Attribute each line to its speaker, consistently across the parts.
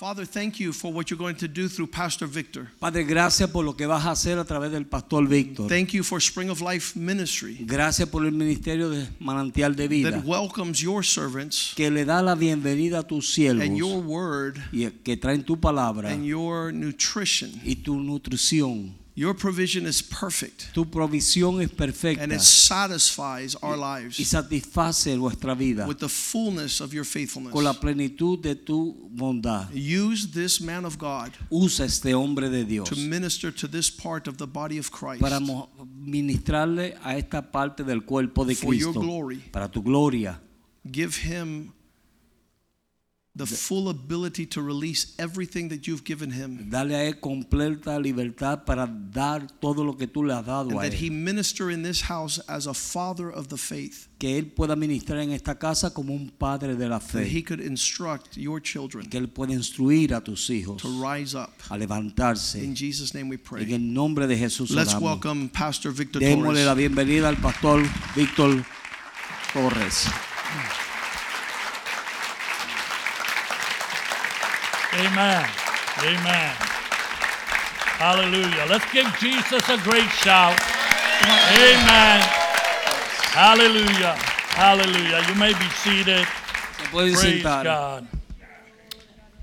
Speaker 1: Father, thank you for what you're going to do through Pastor Victor.
Speaker 2: Padre, gracias por lo que vas a hacer a través del pastor Víctor.
Speaker 1: Thank you for Spring of Life Ministry
Speaker 2: Gracias por el ministerio de Manantial de Vida
Speaker 1: that welcomes your servants
Speaker 2: que le da la bienvenida a tus siervos
Speaker 1: and your word
Speaker 2: y que traen tu palabra
Speaker 1: and your nutrition.
Speaker 2: y tu nutrición.
Speaker 1: Your provision is perfect
Speaker 2: Tu provisión es perfecta
Speaker 1: and it satisfies our
Speaker 2: y
Speaker 1: lives
Speaker 2: satisface nuestra vida
Speaker 1: with the fullness of your
Speaker 2: con la
Speaker 1: faithfulness.
Speaker 2: plenitud de tu bondad.
Speaker 1: Use this man of God
Speaker 2: Usa este hombre de Dios
Speaker 1: to minister to this part of the body of
Speaker 2: para
Speaker 1: Christ.
Speaker 2: mo- ministrarle a esta parte del cuerpo de
Speaker 1: For your
Speaker 2: Cristo
Speaker 1: glory.
Speaker 2: para tu gloria.
Speaker 1: Give him the full ability to release everything that you've given him.
Speaker 2: Dale a él completa libertad para dar todo lo que tú le has dado
Speaker 1: and
Speaker 2: a
Speaker 1: that he
Speaker 2: él.
Speaker 1: minister in this house as a father of the faith,
Speaker 2: Que él pueda ministrar en esta casa como un padre de la
Speaker 1: that he
Speaker 2: fe.
Speaker 1: could instruct your children
Speaker 2: Que él pueda instruir a tus hijos
Speaker 1: to rise up.
Speaker 2: a
Speaker 1: In
Speaker 2: levantarse.
Speaker 1: Jesus' name we
Speaker 2: En
Speaker 1: pray.
Speaker 2: el nombre de Jesús
Speaker 1: Let's
Speaker 2: oramos.
Speaker 1: welcome Pastor Victor
Speaker 2: Démosle la
Speaker 1: Torres.
Speaker 2: bienvenida al pastor Víctor Torres.
Speaker 3: Amen. Amen. Hallelujah. Let's give Jesus a great shout. Amen. Hallelujah. Hallelujah. You may be seated.
Speaker 2: Se pueden
Speaker 3: Praise
Speaker 2: sentar.
Speaker 3: God.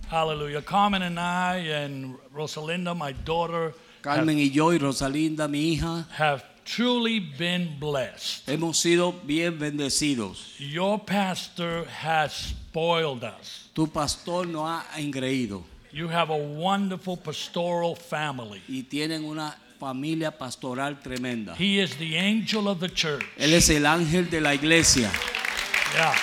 Speaker 3: Hallelujah. Carmen and I and Rosalinda, my daughter,
Speaker 2: Carmen y yo y Rosalinda, mi hija,
Speaker 3: have truly been blessed.
Speaker 2: hemos sido bien bendecidos.
Speaker 3: Your pastor has spoiled us.
Speaker 2: Tu pastor nos ha engreído
Speaker 3: You have a wonderful pastoral family.
Speaker 2: y tienen una familia pastoral tremenda.
Speaker 3: He is the angel of the church.
Speaker 2: Él es el ángel de la iglesia.
Speaker 3: Yeah.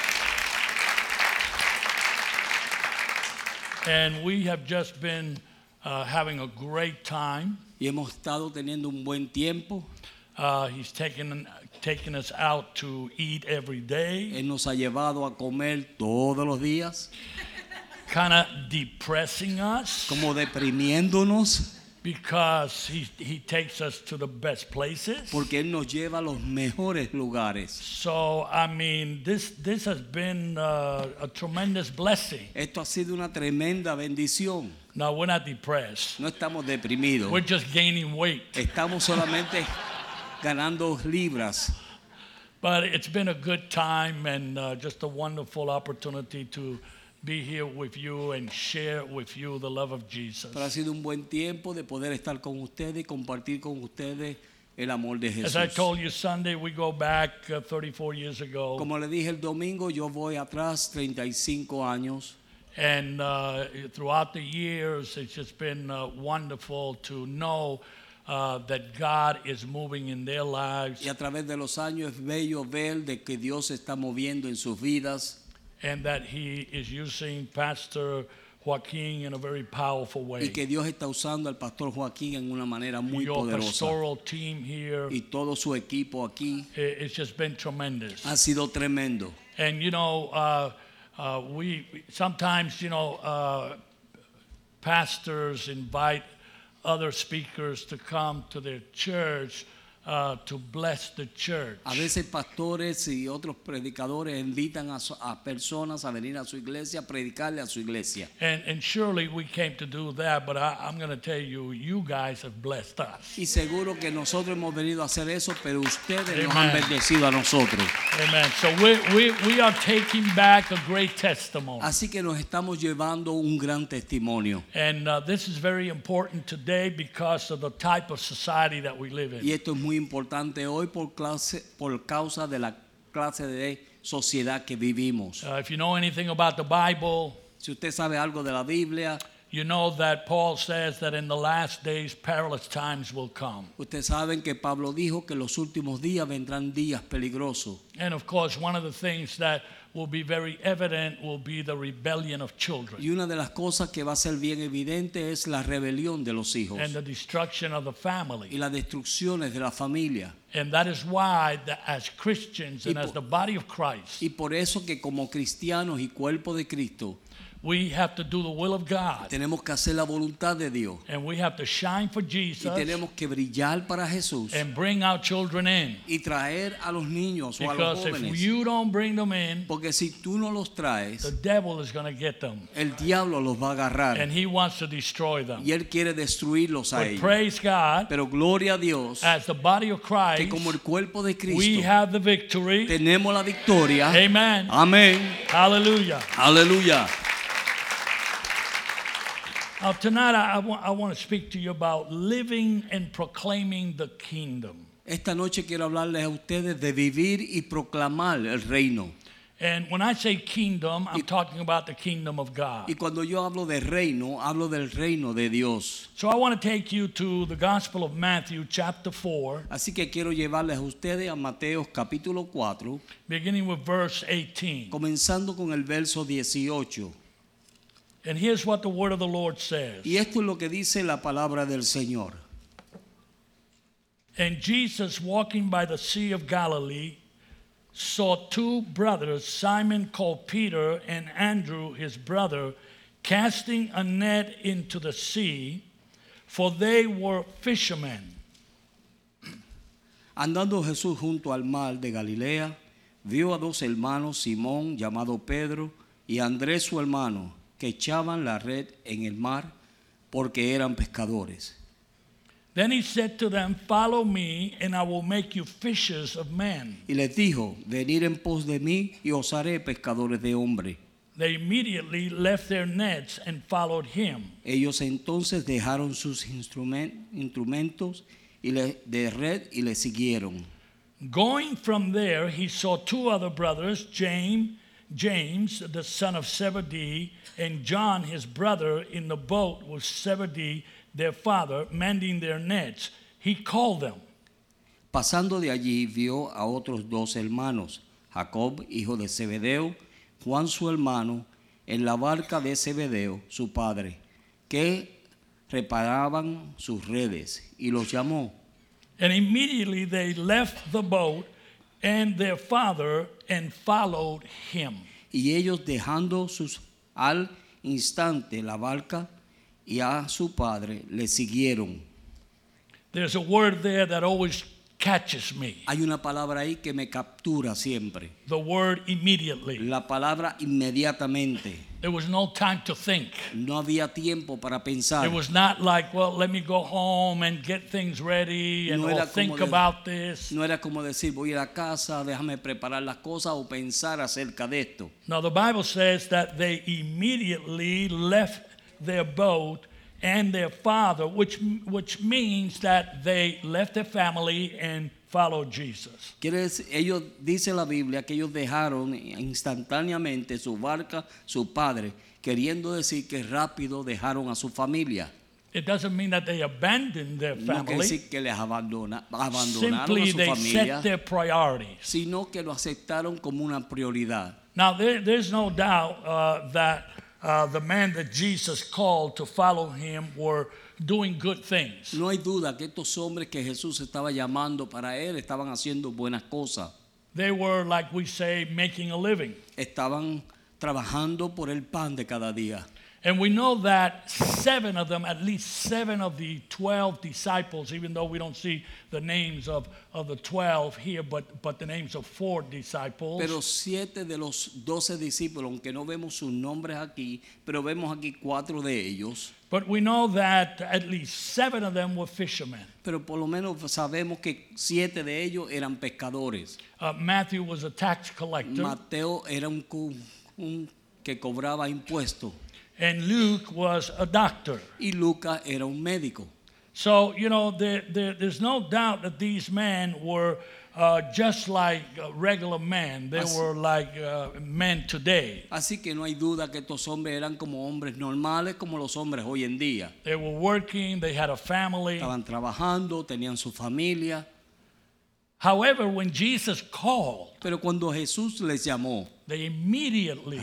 Speaker 3: And we have just been uh, having a great time.
Speaker 2: Y hemos estado teniendo un buen tiempo.
Speaker 3: Uh, he's taken, taken us out to eat every day.
Speaker 2: Él nos ha llevado a comer todos los días,
Speaker 3: Kind of depressing us
Speaker 2: como deprimiéndonos,
Speaker 3: because he, he takes us to the best places.
Speaker 2: porque Él nos lleva a los mejores lugares.
Speaker 3: So, I mean, this, this has been uh, a tremendous blessing.
Speaker 2: Esto ha sido una tremenda bendición.
Speaker 3: Now, we're not depressed,
Speaker 2: No estamos deprimidos,
Speaker 3: we're just gaining weight.
Speaker 2: estamos solamente ganando libras.
Speaker 3: But it's been a good time and uh, just a wonderful opportunity to be here with you and share with you the love of
Speaker 2: Pero ha
Speaker 3: Jesus.
Speaker 2: sido un buen tiempo de poder estar con ustedes y compartir con ustedes el amor de
Speaker 3: As I
Speaker 2: Jesús.
Speaker 3: told you Sunday, we go back uh, 34 years ago,
Speaker 2: Como le dije el domingo, yo voy atrás 35 años.
Speaker 3: and uh, throughout the years, it's just been uh, wonderful to know uh, that God is moving in their lives
Speaker 2: Y a través de los años es bello ver de que Dios se está moviendo en sus vidas
Speaker 3: and that He is using Pastor Joaquin in a very powerful
Speaker 2: y
Speaker 3: way.
Speaker 2: que Dios está usando al pastor Joaquín en una manera muy
Speaker 3: Your
Speaker 2: poderosa.
Speaker 3: pastoral team here,
Speaker 2: Y todo su equipo aquí
Speaker 3: i- it's just been tremendous.
Speaker 2: ha sido tremendo.
Speaker 3: And you know, uh, uh, we sometimes you know uh, pastors invite other speakers to come to their church uh, to bless the church.
Speaker 2: A veces pastores y otros predicadores invitan a, su- a personas a venir a su iglesia, a predicarle a su iglesia.
Speaker 3: And, and surely we came to do that, but I, I'm going to tell you, you guys have blessed us.
Speaker 2: Y seguro que nosotros hemos venido a hacer eso, pero ustedes nos han
Speaker 3: Amen.
Speaker 2: bendecido a nosotros.
Speaker 3: Amen. So we, we, we are taking back a great testimony.
Speaker 2: Así que nos estamos llevando un gran testimonio.
Speaker 3: And uh, this is very important today because of the type of society that we live in.
Speaker 2: Y esto es muy importante hoy por, clase, por causa de la clase de sociedad que vivimos.
Speaker 3: Ah. Uh, if you know anything about the Bible,
Speaker 2: Si usted sabe algo de la Biblia,
Speaker 3: You know that Paul says that in the last days perilous times will come.
Speaker 2: Ustedes saben que Pablo dijo que los últimos días vendrán días peligrosos.
Speaker 3: And of course, one of the things that will be very evident will be the rebellion of children
Speaker 2: Y una de las cosas que va a ser bien evidente es la rebelión de los hijos
Speaker 3: and the destruction of the
Speaker 2: y
Speaker 3: family.
Speaker 2: las destrucciones de la familia.
Speaker 3: And that is why, that as Christians and
Speaker 2: Y
Speaker 3: as
Speaker 2: po-
Speaker 3: the body of Christ,
Speaker 2: Y por eso que como cristianos y cuerpo de Cristo
Speaker 3: we have to do the will of God
Speaker 2: tenemos que hacer la voluntad de Dios
Speaker 3: and we have to shine for
Speaker 2: y
Speaker 3: Jesus
Speaker 2: tenemos que brillar para Jesús
Speaker 3: and bring our children in.
Speaker 2: y traer a los niños o a los
Speaker 3: Because if
Speaker 2: jóvenes.
Speaker 3: you don't bring them in,
Speaker 2: Porque si tú no los
Speaker 3: the
Speaker 2: traes,
Speaker 3: devil is going to get them
Speaker 2: el diablo los va a agarrar
Speaker 3: and he wants to destroy them.
Speaker 2: y él quiere destruirlos a
Speaker 3: But
Speaker 2: ellos.
Speaker 3: praise God,
Speaker 2: Pero gloria a Dios
Speaker 3: as the body of
Speaker 2: que
Speaker 3: Christ,
Speaker 2: como el cuerpo de
Speaker 3: we
Speaker 2: Cristo
Speaker 3: have the victory.
Speaker 2: tenemos la victoria.
Speaker 3: Amen.
Speaker 2: Amén.
Speaker 3: Hallelujah.
Speaker 2: Aleluya.
Speaker 3: Now, tonight I, want to speak to you about living and proclaiming the kingdom.
Speaker 2: Esta noche quiero hablarles a ustedes de vivir y proclamar el reino.
Speaker 3: And when I say kingdom, I'm talking about the kingdom of God.
Speaker 2: Y cuando yo hablo de reino, hablo del reino de Dios.
Speaker 3: So I want to take you to the Gospel of Matthew, chapter 4,
Speaker 2: Así que quiero llevarles a ustedes a Mateo capítulo 4,
Speaker 3: beginning with verse 18.
Speaker 2: comenzando con el verso 18.
Speaker 3: And here's what the word of the Lord says.
Speaker 2: Y esto es lo que dice la palabra del Señor.
Speaker 3: And Jesus, walking by the Sea of Galilee, saw two brothers, Simon called Peter and Andrew his brother, casting a net into the sea, for they were fishermen.
Speaker 2: Andando Jesús junto al mar de Galilea, vio a dos hermanos, Simón llamado Pedro y Andrés su hermano, que echaban la red en el mar porque eran pescadores.
Speaker 3: Then he said to them, Follow me, and I will make you fishers of men.
Speaker 2: Y les dijo, venid en pos de mí y os haré pescadores de hombre.
Speaker 3: They immediately left their nets and followed him.
Speaker 2: Ellos entonces dejaron sus instrumen- instrumentos y le- de red y le siguieron.
Speaker 3: Going from there, he saw two other brothers, James, James the son of Zebedee, and John his brother, in the boat with Zebedee their father, mending their nets. He called them.
Speaker 2: Pasando de allí vio a otros dos hermanos, Jacob, hijo de Zebedeo, Juan su hermano, en la barca de Zebedeo, su padre, que reparaban sus redes, y los llamó.
Speaker 3: And immediately they left the boat and their father and followed him.
Speaker 2: Y ellos dejando sus al instante la barca y a su padre le siguieron.
Speaker 3: There's a word there that always catches me
Speaker 2: Hay una palabra ahí que me captura siempre.
Speaker 3: the word immediately.
Speaker 2: La palabra inmediatamente.
Speaker 3: There was no time to think.
Speaker 2: No había tiempo para pensar.
Speaker 3: It was not like, well, let me go home and get things ready and
Speaker 2: No
Speaker 3: or
Speaker 2: era
Speaker 3: think
Speaker 2: como de-
Speaker 3: about this.
Speaker 2: No era como decir, voy a la casa, déjame preparar las cosas o pensar acerca de esto.
Speaker 3: Now, the Bible says that they immediately left their boat and their father, which, which means that they left their family and followed Jesus.
Speaker 2: Quiere decir- ellos dice la Biblia que ellos dejaron instantáneamente su barca, su padre, queriendo decir que rápido dejaron a su familia.
Speaker 3: It doesn't mean that they abandoned their
Speaker 2: No quiere
Speaker 3: family,
Speaker 2: decir que les abandona, abandonaron a
Speaker 3: simply
Speaker 2: su
Speaker 3: they set
Speaker 2: familia,
Speaker 3: their priorities.
Speaker 2: sino que lo aceptaron como una prioridad.
Speaker 3: Now, there, there's no doubt uh, that uh, the men that Jesus called to follow him were doing good things.
Speaker 2: No hay duda que estos hombres que Jesús estaba llamando para él estaban haciendo buenas cosas.
Speaker 3: They were, like we say, making a living.
Speaker 2: Estaban trabajando por el pan de cada día.
Speaker 3: And we know that seven of them, at least seven of the 12 disciples, even though we don't see the names of, of the 12 here, but, but the names of four disciples,
Speaker 2: Pero siete de los doce discípulos, aunque no vemos sus nombres aquí, pero vemos aquí cuatro de ellos.
Speaker 3: but we know that at least seven of them were fishermen.
Speaker 2: Pero por lo menos sabemos que siete de ellos eran pescadores.
Speaker 3: Uh, Matthew was a tax collector,
Speaker 2: Mateo era un, cu- un que cobraba impuestos
Speaker 3: and Luke was a doctor.
Speaker 2: y Lucas era un médico.
Speaker 3: So, you know, there, there, there's no doubt that these men were uh, just like uh, regular men. They
Speaker 2: Así-
Speaker 3: were like uh, men today.
Speaker 2: Así que no hay duda que estos hombres eran como hombres normales, como los hombres hoy en día.
Speaker 3: They were working, they had a family.
Speaker 2: Estaban trabajando, tenían su familia,
Speaker 3: However, when Jesus called,
Speaker 2: pero cuando Jesús les llamó,
Speaker 3: they immediately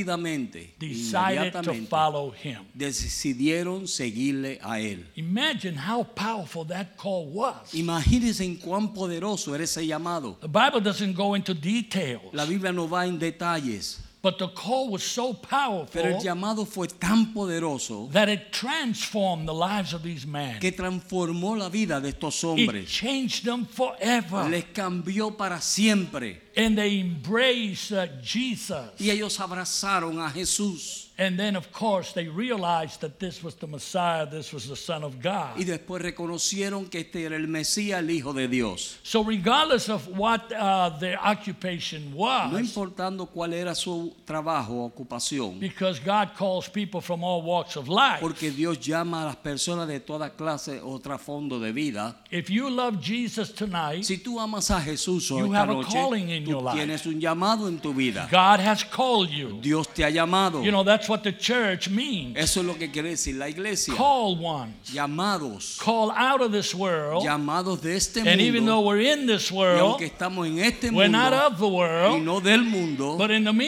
Speaker 2: rápidamente,
Speaker 3: decided to
Speaker 2: inmediatamente,
Speaker 3: follow him.
Speaker 2: decidieron seguirle a él.
Speaker 3: Imagine how powerful that call was.
Speaker 2: Imagínense en cuán poderoso era ese llamado.
Speaker 3: The Bible doesn't go into details,
Speaker 2: La Biblia no va en detalles,
Speaker 3: but the call was so
Speaker 2: pero el
Speaker 3: powerful
Speaker 2: llamado fue tan poderoso
Speaker 3: that it transformed the lives of these men.
Speaker 2: que transformó la vida de estos
Speaker 3: It
Speaker 2: hombres.
Speaker 3: changed them forever.
Speaker 2: Les cambió para siempre.
Speaker 3: And they embraced uh, Jesus.
Speaker 2: Y ellos abrazaron a Jesús.
Speaker 3: And then, of course, they realized that this was the Messiah, this was the Son of
Speaker 2: Y
Speaker 3: God.
Speaker 2: después reconocieron que este era el Mesías, el Hijo de Dios.
Speaker 3: So, regardless of what uh, their occupation
Speaker 2: No
Speaker 3: was,
Speaker 2: importando cuál era su trabajo o ocupación,
Speaker 3: because God calls people from all walks of life.
Speaker 2: porque Dios llama a las personas de toda clase o trasfondo de vida.
Speaker 3: If you love Jesus tonight,
Speaker 2: Si tú amas a Jesús
Speaker 3: You
Speaker 2: hoy esta
Speaker 3: have a
Speaker 2: noche,
Speaker 3: calling in your
Speaker 2: tú
Speaker 3: life.
Speaker 2: tienes un llamado en tu vida.
Speaker 3: God has called you.
Speaker 2: Dios te ha llamado.
Speaker 3: You know, that's what the church means.
Speaker 2: Eso es lo que quiere decir la iglesia.
Speaker 3: Call ones.
Speaker 2: Llamados.
Speaker 3: Call out of this world.
Speaker 2: Llamados de este
Speaker 3: And even though
Speaker 2: mundo.
Speaker 3: we're in this
Speaker 2: Y
Speaker 3: world,
Speaker 2: aunque estamos en este
Speaker 3: we're not
Speaker 2: mundo
Speaker 3: of the
Speaker 2: y
Speaker 3: world.
Speaker 2: no del mundo,
Speaker 3: But in the
Speaker 2: pero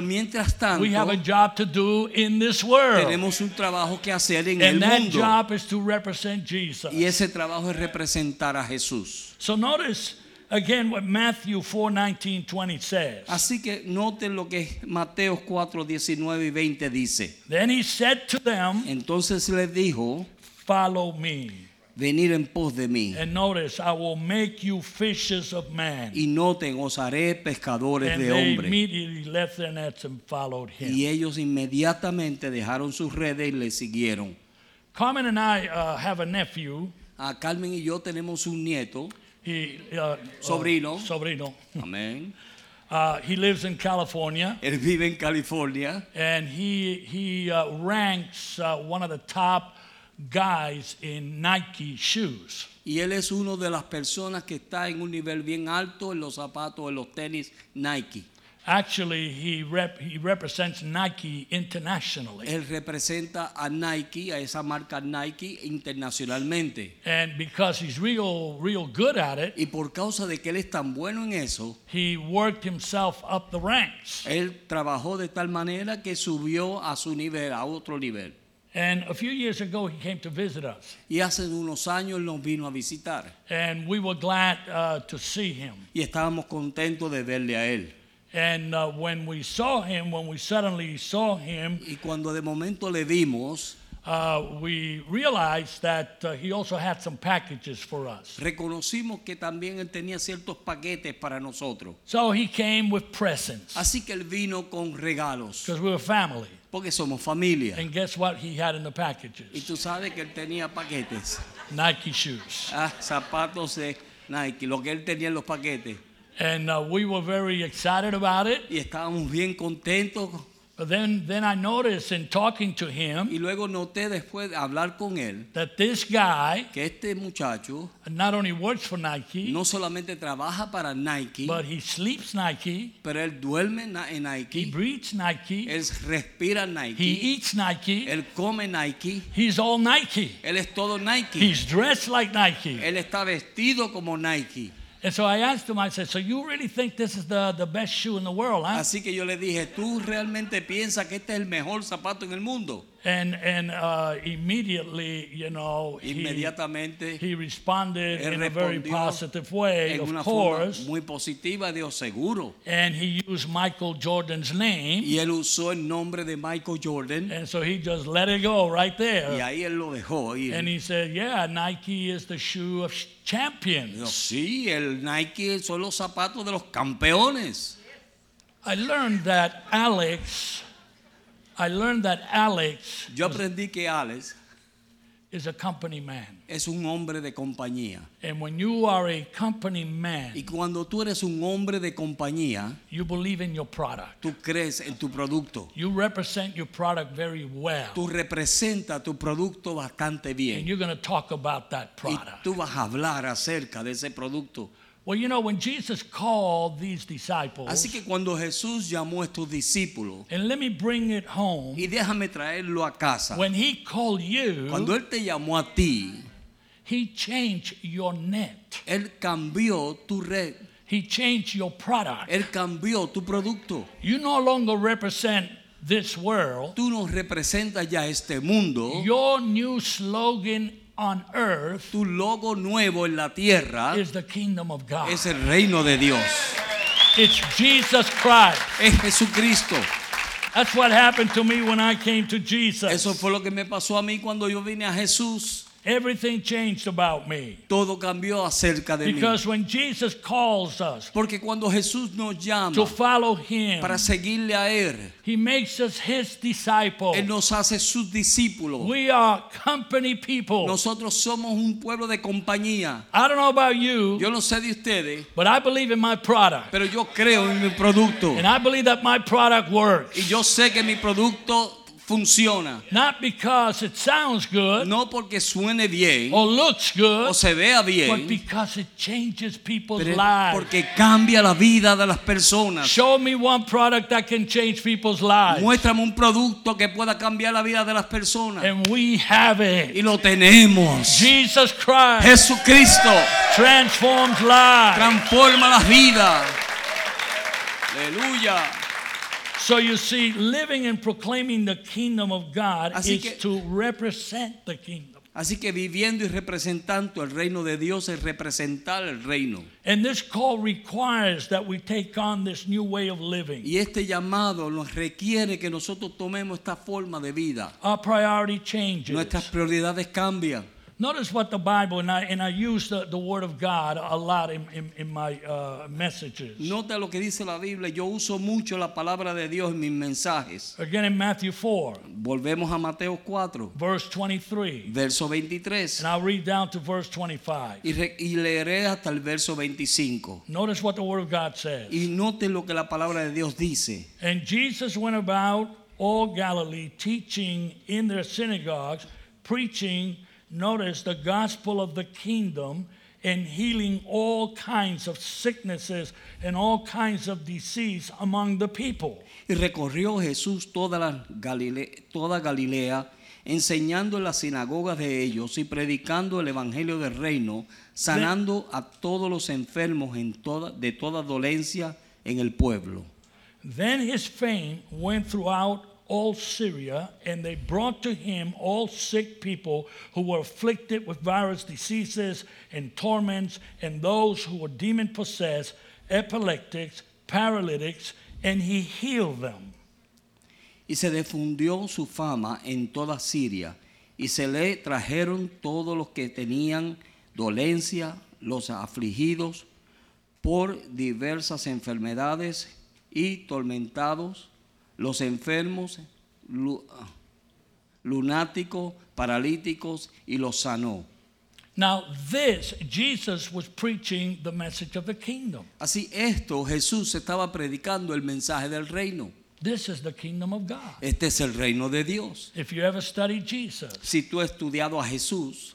Speaker 3: meantime,
Speaker 2: mientras tanto
Speaker 3: we have a job to do in this world.
Speaker 2: tenemos un trabajo que hacer en el
Speaker 3: And that
Speaker 2: mundo.
Speaker 3: job is to represent Jesus.
Speaker 2: Y ese trabajo es representar a Jesús.
Speaker 3: So notice again what Matthew 4 19 20 says.
Speaker 2: Así que noten lo que Mateo 4, 19 y 20 dice.
Speaker 3: Then he said to them,
Speaker 2: Entonces les dijo,
Speaker 3: Follow me.
Speaker 2: venir en pos de mí.
Speaker 3: And notice, I will make you fishers of men.
Speaker 2: Y noten, os haré pescadores
Speaker 3: And
Speaker 2: de
Speaker 3: they
Speaker 2: hombres.
Speaker 3: immediately left their nets and followed him.
Speaker 2: Y ellos inmediatamente dejaron sus redes y le siguieron.
Speaker 3: Carmen and I uh, have a nephew.
Speaker 2: A Ah, Carmen y yo tenemos un nieto.
Speaker 3: He uh,
Speaker 2: Sobrino.
Speaker 3: Uh, sobrino.
Speaker 2: Amén.
Speaker 3: Uh, he lives in California,
Speaker 2: Él vive en California.
Speaker 3: and he he uh, ranks uh, one of the top guys in Nike shoes.
Speaker 2: Y él es uno de las personas que está en un nivel bien alto en los zapatos, en los tenis Nike.
Speaker 3: Actually, he rep, he represents Nike internationally.
Speaker 2: Él representa a Nike, a esa marca Nike internacionalmente.
Speaker 3: and because he's real, real good at it,
Speaker 2: Y por causa de que él es tan bueno en eso,
Speaker 3: he worked himself up the ranks.
Speaker 2: él trabajó de tal manera que subió a su nivel, a otro nivel.
Speaker 3: And a few years ago, he came to visit us,
Speaker 2: Y hace unos años nos vino a visitar
Speaker 3: and we were glad uh, to see him.
Speaker 2: y estábamos contentos de verle a él.
Speaker 3: And uh, when we saw him, when we suddenly saw him,
Speaker 2: Y cuando de momento le vimos,
Speaker 3: uh, we realized that uh, he also had some packages for us.
Speaker 2: reconocimos que también él tenía ciertos paquetes para nosotros.
Speaker 3: So he came with presents
Speaker 2: Así que él vino con regalos,
Speaker 3: because we were family.
Speaker 2: porque somos familia.
Speaker 3: And guess what he had in the
Speaker 2: Y
Speaker 3: packages?
Speaker 2: tú sabes que él tenía paquetes,
Speaker 3: Nike shoes.
Speaker 2: ah, zapatos de Nike, lo que él tenía en los paquetes.
Speaker 3: And uh, we were very excited about it.
Speaker 2: Y estábamos bien contentos.
Speaker 3: But then, then I noticed in talking to him
Speaker 2: Y luego noté después de hablar con él
Speaker 3: that this guy
Speaker 2: que este muchacho
Speaker 3: not only works for Nike,
Speaker 2: no solamente trabaja para Nike,
Speaker 3: but he sleeps Nike,
Speaker 2: pero él duerme na- en
Speaker 3: he
Speaker 2: Nike,
Speaker 3: breathes Nike,
Speaker 2: él respira
Speaker 3: he
Speaker 2: Nike,
Speaker 3: eats Nike,
Speaker 2: él come Nike,
Speaker 3: he's all Nike.
Speaker 2: él es todo Nike,
Speaker 3: He's dressed like Nike.
Speaker 2: él está vestido como Nike.
Speaker 3: And so I asked him, I said, So you really think this is the, the best shoe in the world, huh?
Speaker 2: Así que yo le dije, ¿tú realmente piensas que este es el mejor zapato en el mundo?
Speaker 3: And and uh, immediately, you know, he,
Speaker 2: Inmediatamente,
Speaker 3: he responded
Speaker 2: Él
Speaker 3: in a very
Speaker 2: respondió
Speaker 3: positive way,
Speaker 2: en
Speaker 3: of
Speaker 2: una forma
Speaker 3: course.
Speaker 2: muy positiva, Dios seguro.
Speaker 3: And he used Michael Jordan's name.
Speaker 2: Y él usó el nombre de Michael Jordan
Speaker 3: And so he just let it go right
Speaker 2: y
Speaker 3: there.
Speaker 2: ahí él lo dejó. Y
Speaker 3: And he said, Yeah, Nike is the shoe of sh-
Speaker 2: yo,
Speaker 3: champions.
Speaker 2: sí, el Nike son los zapatos de los campeones.
Speaker 3: I learned that Alex, I learned that Alex
Speaker 2: Yo aprendí que Alex
Speaker 3: is a company man.
Speaker 2: es un hombre de compañía.
Speaker 3: And when you are a company
Speaker 2: Y
Speaker 3: man,
Speaker 2: cuando tú eres un hombre de compañía,
Speaker 3: you believe in your product.
Speaker 2: tú crees en tu producto.
Speaker 3: You represent your product very well.
Speaker 2: Tú representas tu producto bastante
Speaker 3: And
Speaker 2: bien.
Speaker 3: you're going to talk about that
Speaker 2: Y
Speaker 3: product.
Speaker 2: tú vas a hablar acerca de ese producto.
Speaker 3: Well, you know, when Jesus called these disciples,
Speaker 2: Así que cuando Jesús llamó a estos discípulos,
Speaker 3: and let me bring it home,
Speaker 2: y déjame traerlo a casa,
Speaker 3: when he called you,
Speaker 2: cuando Él te llamó a ti,
Speaker 3: he changed your net,
Speaker 2: Él cambió tu red,
Speaker 3: he changed your product.
Speaker 2: Él cambió tu producto.
Speaker 3: You no longer represent this world.
Speaker 2: Tú nos representas ya este mundo.
Speaker 3: Your new slogan on earth
Speaker 2: Tu logo nuevo en la tierra
Speaker 3: is the kingdom of God.
Speaker 2: es el reino de Dios.
Speaker 3: It's Jesus Christ.
Speaker 2: Es Jesucristo.
Speaker 3: That's what happened to me when I came to Jesus.
Speaker 2: Eso fue lo que me pasó a mí cuando yo vine a Jesús.
Speaker 3: Everything changed about me.
Speaker 2: Todo cambió acerca de mí.
Speaker 3: Because when Jesus calls us
Speaker 2: Porque cuando Jesús nos llama
Speaker 3: to follow him,
Speaker 2: para seguirle a Él,
Speaker 3: he makes us his disciple.
Speaker 2: Él nos hace sus discípulos.
Speaker 3: Oh. We are company people.
Speaker 2: Nosotros somos un pueblo de compañía.
Speaker 3: I don't know about you,
Speaker 2: Yo no sé de ustedes,
Speaker 3: but I believe in my product.
Speaker 2: pero yo creo en mi producto.
Speaker 3: And I believe that my product works.
Speaker 2: Y yo sé que mi producto funciona.
Speaker 3: Not because it sounds good
Speaker 2: No porque suene bien
Speaker 3: or looks good,
Speaker 2: o se vea
Speaker 3: but
Speaker 2: bien,
Speaker 3: because it changes people's
Speaker 2: pero es
Speaker 3: lives.
Speaker 2: porque cambia la vida de las personas.
Speaker 3: Show me one product that can change people's lives.
Speaker 2: Muéstrame un producto que pueda cambiar la vida de las personas.
Speaker 3: And we have it.
Speaker 2: Y lo tenemos.
Speaker 3: Jesus Christ
Speaker 2: Jesucristo
Speaker 3: transforms lives.
Speaker 2: transforma las vidas. Aleluya.
Speaker 3: So you see, living and proclaiming the kingdom of God
Speaker 2: Así
Speaker 3: is
Speaker 2: que-
Speaker 3: to represent the kingdom.
Speaker 2: Así que viviendo y representando el reino de Dios es representar el reino.
Speaker 3: And this call requires that we take on this new way of living.
Speaker 2: Y este llamado nos requiere que nosotros tomemos esta forma de vida.
Speaker 3: Our priority changes.
Speaker 2: Nuestras prioridades cambian.
Speaker 3: Notice what the Bible, and I, and I use the, the Word of God a lot in, in, in my uh, messages.
Speaker 2: Nota lo que dice la Biblia. Yo uso mucho la palabra de Dios en mis mensajes.
Speaker 3: Again in Matthew 4,
Speaker 2: Volvemos a Mateo 4,
Speaker 3: verse 23.
Speaker 2: verso 23.
Speaker 3: And I'll read down to verse 25.
Speaker 2: Y, re- y leeré hasta el verso 25.
Speaker 3: Notice what the Word of God says.
Speaker 2: Y note lo que la palabra de Dios dice.
Speaker 3: And Jesus went about all Galilee, teaching in their synagogues, preaching, notice, the gospel of the kingdom, and healing all kinds of sicknesses and all kinds of disease among the people.
Speaker 2: Y recorrió Jesús toda, la Galile- toda Galilea, enseñando en las sinagogas de ellos y predicando el Evangelio del Reino, sanando a todos los enfermos en toda, de toda dolencia en el pueblo.
Speaker 3: Then his fame went throughout all Syria, and they brought to him all sick people who were afflicted with various diseases and torments, and those who were demon possessed, epileptics, paralytics, and he healed them.
Speaker 2: Y se difundió su fama en toda Siria, y se le trajeron todos los que tenían dolencia, los afligidos por diversas enfermedades y tormentados, los enfermos, lu- lunáticos, paralíticos, y los sanó.
Speaker 3: Now, this, Jesus was preaching the message of the kingdom.
Speaker 2: Así esto Jesús estaba predicando el mensaje del reino.
Speaker 3: This is the kingdom of God.
Speaker 2: Este es el reino de Dios.
Speaker 3: If you ever study Jesus,
Speaker 2: Si tú has estudiado a Jesús,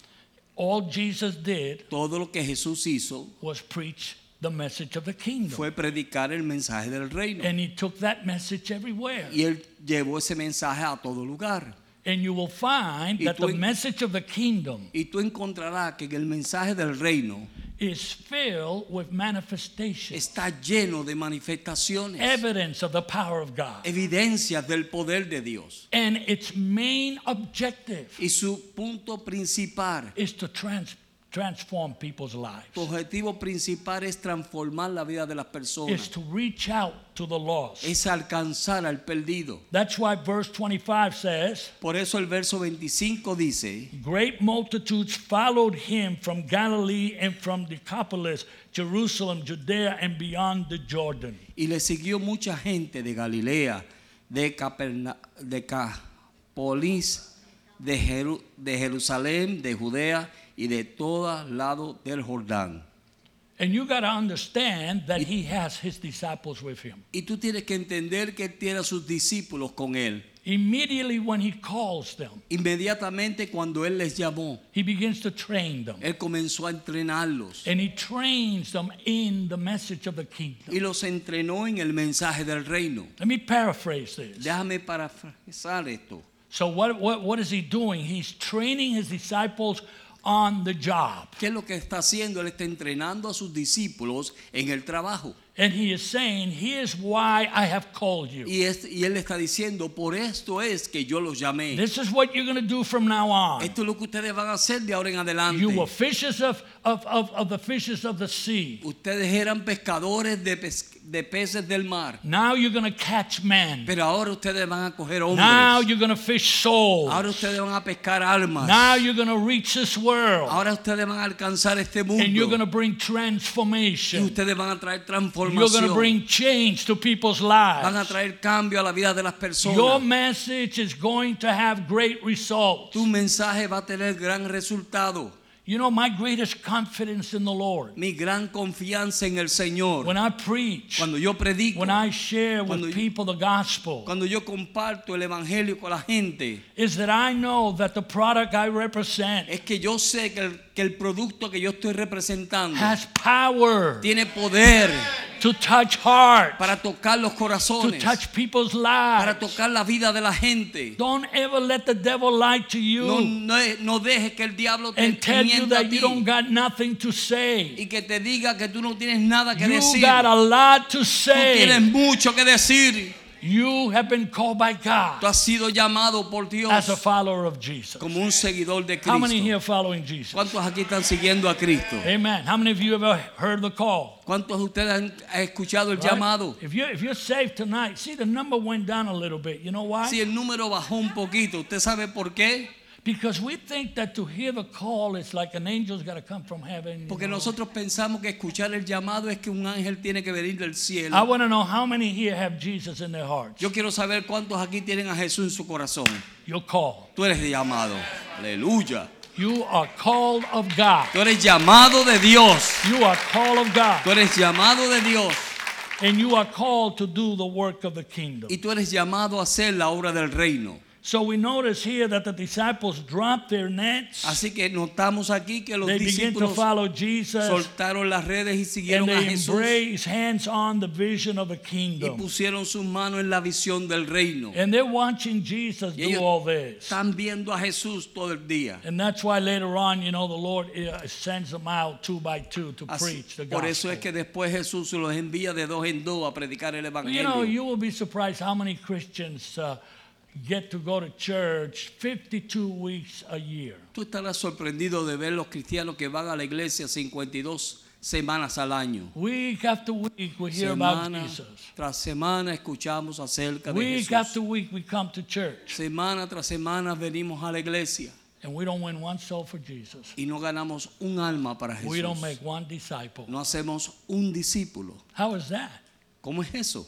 Speaker 3: all Jesus did
Speaker 2: todo lo que Jesús hizo
Speaker 3: was preach the message of the kingdom.
Speaker 2: fue predicar el mensaje del reino.
Speaker 3: And he took that message everywhere.
Speaker 2: Y él llevó ese mensaje a todo lugar.
Speaker 3: And you will find
Speaker 2: Y
Speaker 3: that
Speaker 2: tú
Speaker 3: the
Speaker 2: en-
Speaker 3: message of the kingdom
Speaker 2: Y tú encontrarás que el mensaje del reino
Speaker 3: is filled with manifestation,
Speaker 2: está lleno de manifestaciones,
Speaker 3: evidence of the power of God.
Speaker 2: evidencias del poder de Dios.
Speaker 3: And its main objective
Speaker 2: Y su punto principal,
Speaker 3: is to trans- transform people's lives,
Speaker 2: su objetivo principal es transformar la vida de las
Speaker 3: is
Speaker 2: personas,
Speaker 3: to reach out to the lost.
Speaker 2: es alcanzar al perdido.
Speaker 3: That's why verse 25 says,
Speaker 2: Por eso el verso 25 dice,
Speaker 3: Great multitudes followed him from Galilee and from Decapolis, Jerusalem, Judea, and beyond the Jordan.
Speaker 2: Y le siguió mucha gente de Galilea, de Caperna, de Capolis, de, Jeru- de Jerusalén, de Judea y de todos lados del Jordán.
Speaker 3: And you got to understand that he has his disciples with him.
Speaker 2: Y tú tienes que entender que él tiene a sus discípulos con él.
Speaker 3: Immediately when he calls them,
Speaker 2: Inmediatamente cuando Él les llamó,
Speaker 3: he begins to train them.
Speaker 2: Él comenzó a entrenarlos
Speaker 3: And he trains them in the message of the kingdom.
Speaker 2: y los entrenó en el mensaje del reino.
Speaker 3: Let me paraphrase this.
Speaker 2: Déjame parafrasear esto.
Speaker 3: So, what, what, what is he doing? He's training his disciples on the job.
Speaker 2: ¿Qué es lo que está haciendo? Él está entrenando a sus discípulos en el trabajo.
Speaker 3: And he is saying, Here's why I have called you.
Speaker 2: Y, es- y Él le está diciendo, por esto es que yo los llamé.
Speaker 3: This is what you're going to do from now on.
Speaker 2: Esto es lo que ustedes van a hacer de ahora en adelante.
Speaker 3: You were fishes of, of, of, of the fishes of the sea.
Speaker 2: Ustedes eran pescadores de, pes- de peces del mar,
Speaker 3: Now you're going to catch men.
Speaker 2: pero ahora ustedes van a coger
Speaker 3: Now
Speaker 2: hombres.
Speaker 3: you're going to fish souls.
Speaker 2: Ahora ustedes van a pescar almas.
Speaker 3: Now you're going to reach this world.
Speaker 2: Ahora ustedes van a alcanzar este mundo.
Speaker 3: And you're going to bring
Speaker 2: y
Speaker 3: transformation.
Speaker 2: ustedes van a traer
Speaker 3: You're going
Speaker 2: transformación.
Speaker 3: to bring change to people's
Speaker 2: van a
Speaker 3: lives.
Speaker 2: traer cambio a la vida de las
Speaker 3: Your
Speaker 2: personas.
Speaker 3: message is going to have great results.
Speaker 2: Tu mensaje va a tener gran resultado.
Speaker 3: You know, my greatest confidence in the Lord,
Speaker 2: Mi gran confianza en el Señor.
Speaker 3: when I preach,
Speaker 2: cuando yo predico,
Speaker 3: when I share
Speaker 2: Cuando yo-
Speaker 3: with people the gospel,
Speaker 2: cuando yo comparto el evangelio con la gente,
Speaker 3: is that I know that the product I represent
Speaker 2: es que yo sé que el, que el producto que yo estoy representando
Speaker 3: has power
Speaker 2: tiene poder
Speaker 3: to touch hearts,
Speaker 2: para tocar los
Speaker 3: to
Speaker 2: corazones,
Speaker 3: touch people's
Speaker 2: para
Speaker 3: lives.
Speaker 2: tocar la vida de la gente.
Speaker 3: Don't ever let the devil lie to
Speaker 2: No,
Speaker 3: you
Speaker 2: no, no dejes que el diablo te
Speaker 3: and tell you
Speaker 2: mienta a
Speaker 3: that you
Speaker 2: ti
Speaker 3: don't got nothing to say.
Speaker 2: y que te diga que tú no tienes nada que
Speaker 3: You
Speaker 2: decir.
Speaker 3: got a lot to
Speaker 2: Tú tienes
Speaker 3: say.
Speaker 2: mucho que decir.
Speaker 3: You have been called by
Speaker 2: Tú
Speaker 3: God
Speaker 2: has sido llamado por Dios
Speaker 3: as a follower of Jesus.
Speaker 2: como un seguidor de
Speaker 3: How many
Speaker 2: Cristo.
Speaker 3: here are following Jesus?
Speaker 2: ¿Cuántos aquí están siguiendo a Cristo?
Speaker 3: Amen. How many of you ever heard the call?
Speaker 2: ¿Cuántos de ustedes han han escuchado el
Speaker 3: Right?
Speaker 2: llamado?
Speaker 3: If you if you're saved tonight, see the number went down a little bit. You know why?
Speaker 2: Si el número bajó un poquito, ¿usted sabe por qué?
Speaker 3: Because we think that to hear the call is like an angel's got to come from heaven. you
Speaker 2: Porque
Speaker 3: know.
Speaker 2: nosotros pensamos que escuchar el llamado es que un ángel tiene que venir del
Speaker 3: I
Speaker 2: cielo.
Speaker 3: want to know how many here have Jesus in their hearts.
Speaker 2: Yo quiero saber cuántos aquí tienen a Jesús en su corazón.
Speaker 3: Your call.
Speaker 2: Tú eres llamado. Aleluya.
Speaker 3: You are called of God.
Speaker 2: Tú eres llamado de Dios.
Speaker 3: You are called of
Speaker 2: Tú
Speaker 3: God.
Speaker 2: eres llamado de Dios.
Speaker 3: And you are called to do the work of the kingdom.
Speaker 2: Y tú eres llamado a hacer la obra del reino.
Speaker 3: So we notice here that the disciples dropped their nets.
Speaker 2: Así que notamos aquí que los
Speaker 3: They begin to
Speaker 2: discípulos
Speaker 3: follow Jesus.
Speaker 2: soltaron las redes y
Speaker 3: And
Speaker 2: siguieron a
Speaker 3: they
Speaker 2: Jesús
Speaker 3: embrace hands on the vision of the
Speaker 2: y
Speaker 3: kingdom.
Speaker 2: pusieron sus manos en la visión del reino.
Speaker 3: And they're watching Jesus
Speaker 2: Y ellos-
Speaker 3: do all this.
Speaker 2: Están viendo a Jesús todo el día.
Speaker 3: And that's why later on, you know, the Lord uh, sends them out two by two to
Speaker 2: Así-
Speaker 3: preach the
Speaker 2: por eso
Speaker 3: gospel.
Speaker 2: es que después Jesús los envía de dos en dos a predicar el
Speaker 3: you know,
Speaker 2: Evangelio.
Speaker 3: you will be surprised how many Christians uh, get to go to church 52 weeks a year.
Speaker 2: Tú estarás sorprendido de ver los cristianos que van a la iglesia 52 semanas al año.
Speaker 3: Week after week, we hear about
Speaker 2: Semana
Speaker 3: Jesus.
Speaker 2: tras semana escuchamos acerca de
Speaker 3: Week
Speaker 2: Jesús.
Speaker 3: after week, we come to church
Speaker 2: Semana tras semana venimos a la iglesia
Speaker 3: and we don't win one soul for Jesus.
Speaker 2: y no ganamos un alma para Jesús.
Speaker 3: We don't make one disciple.
Speaker 2: No hacemos un discípulo.
Speaker 3: How is that?
Speaker 2: ¿Cómo es eso?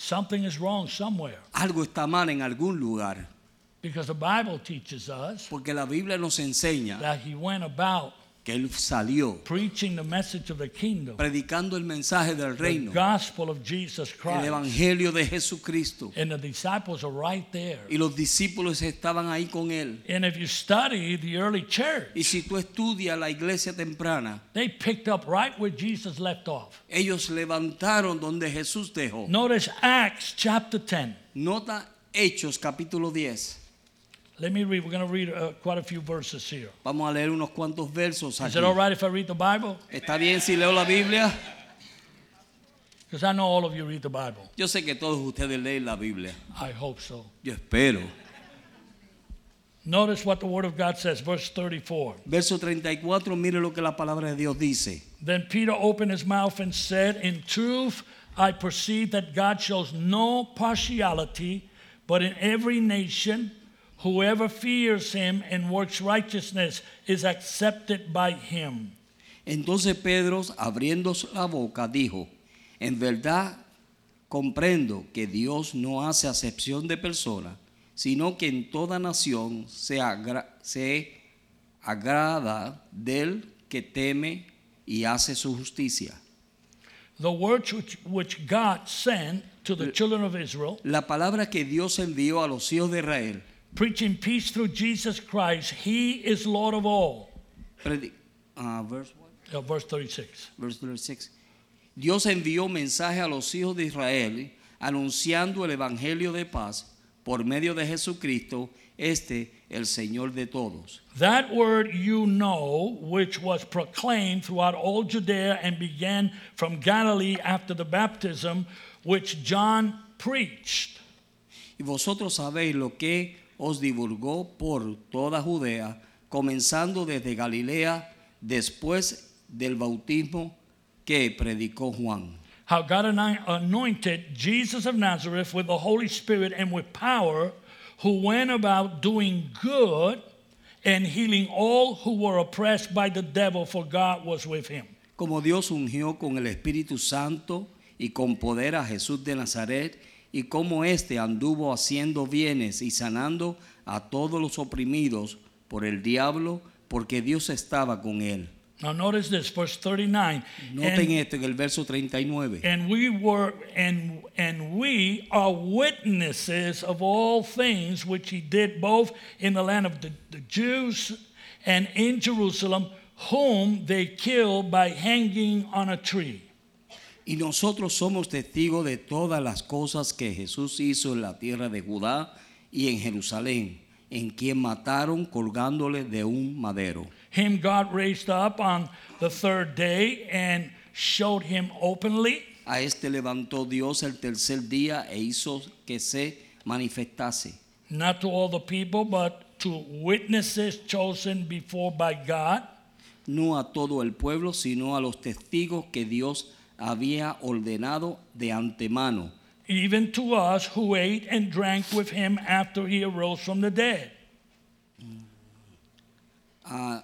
Speaker 3: Something is wrong somewhere
Speaker 2: Algo está mal en algún lugar,
Speaker 3: because the Bible teaches us
Speaker 2: porque la Biblia nos enseña
Speaker 3: that he went about
Speaker 2: que él salió
Speaker 3: preaching the message of the kingdom,
Speaker 2: predicando el mensaje del
Speaker 3: the
Speaker 2: reino.
Speaker 3: gospel of Jesus
Speaker 2: el
Speaker 3: Christ.
Speaker 2: evangelio de Jesucristo
Speaker 3: And the disciples are right there.
Speaker 2: y los discípulos estaban ahí con él.
Speaker 3: And if you study the early church,
Speaker 2: Y si tú estudias la iglesia temprana,
Speaker 3: they picked up right where Jesus left off.
Speaker 2: ellos levantaron donde Jesús dejó.
Speaker 3: Notice Acts chapter 10.
Speaker 2: Nota Hechos capítulo 10.
Speaker 3: Let me read. We're going to read uh, quite a few verses here.
Speaker 2: Vamos a leer unos cuantos versos
Speaker 3: Is
Speaker 2: aquí.
Speaker 3: it all right if I read the Bible?
Speaker 2: ¿Está bien si leo la Biblia?
Speaker 3: Because I know all of you read the Bible.
Speaker 2: Yo sé que todos ustedes leen la Biblia.
Speaker 3: I hope so.
Speaker 2: Yo espero.
Speaker 3: Notice what the Word of God says, verse 34.
Speaker 2: Verso 34, mire lo que la palabra de Dios dice.
Speaker 3: Then Peter opened his mouth and said, In truth, I perceive that God shows no partiality, but in every nation, whoever fears him and works righteousness is accepted by him.
Speaker 2: Entonces Pedro, abriendo la boca, dijo, en verdad comprendo que Dios no hace acepción de persona, sino que en toda nación se, agra- se agrada del que teme y hace su justicia.
Speaker 3: The words which, which God sent to the children of Israel,
Speaker 2: La palabra que Dios envió a los hijos de Israel,
Speaker 3: preaching peace through Jesus Christ, He is Lord of all.
Speaker 2: predi- ah, verse what?
Speaker 3: Uh, verse 36.
Speaker 2: Verse 36. Dios envió mensaje a los hijos de Israel anunciando el evangelio de paz por medio de Jesucristo, este el Señor de todos.
Speaker 3: That word you know, which was proclaimed throughout all Judea and began from Galilee after the baptism which John preached,
Speaker 2: Y vosotros sabéis lo que os divulgó por toda Judea, comenzando desde Galilea, después del bautismo que predicó Juan.
Speaker 3: how God anoint- anointed Jesus of Nazareth with the Holy Spirit and with power, who went about doing good and healing all who were oppressed by the devil, for God was with him.
Speaker 2: Como Dios ungió con el Espíritu Santo y con poder a Jesús de Nazaret, y como éste anduvo haciendo bienes y sanando a todos los oprimidos por el diablo, porque Dios estaba con él.
Speaker 3: Now, notice this, verse 39. And-
Speaker 2: Noten esto en el verso 39.
Speaker 3: and we were and and we are witnesses of all things which he did both in the land of the, the Jews and in Jerusalem whom they killed by hanging on a tree
Speaker 2: Y nosotros somos testigos de todas las cosas que Jesús hizo en la tierra de Judá y en Jerusalén, en quien mataron colgándole de un madero.
Speaker 3: him God raised up on the third day and showed him openly
Speaker 2: A este levantó Dios el tercer día e hizo que se manifestase,
Speaker 3: not to all the people but to witnesses chosen before by God
Speaker 2: no a todo el pueblo, sino a los testigos que Dios había ordenado de antemano,
Speaker 3: even to us who ate and drank with him after he arose from the dead
Speaker 2: a-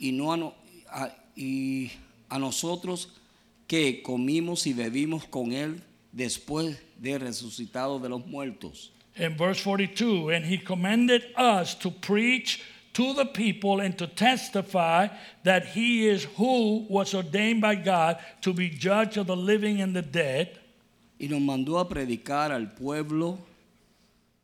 Speaker 2: y no a, no- a- y a nosotros que comimos y bebimos con él después de resucitado de los muertos.
Speaker 3: In verse 42, and he commanded us to preach to the people and to testify that he is who was ordained by God to be judge of the living and the dead.
Speaker 2: Y nos mandó a predicar al pueblo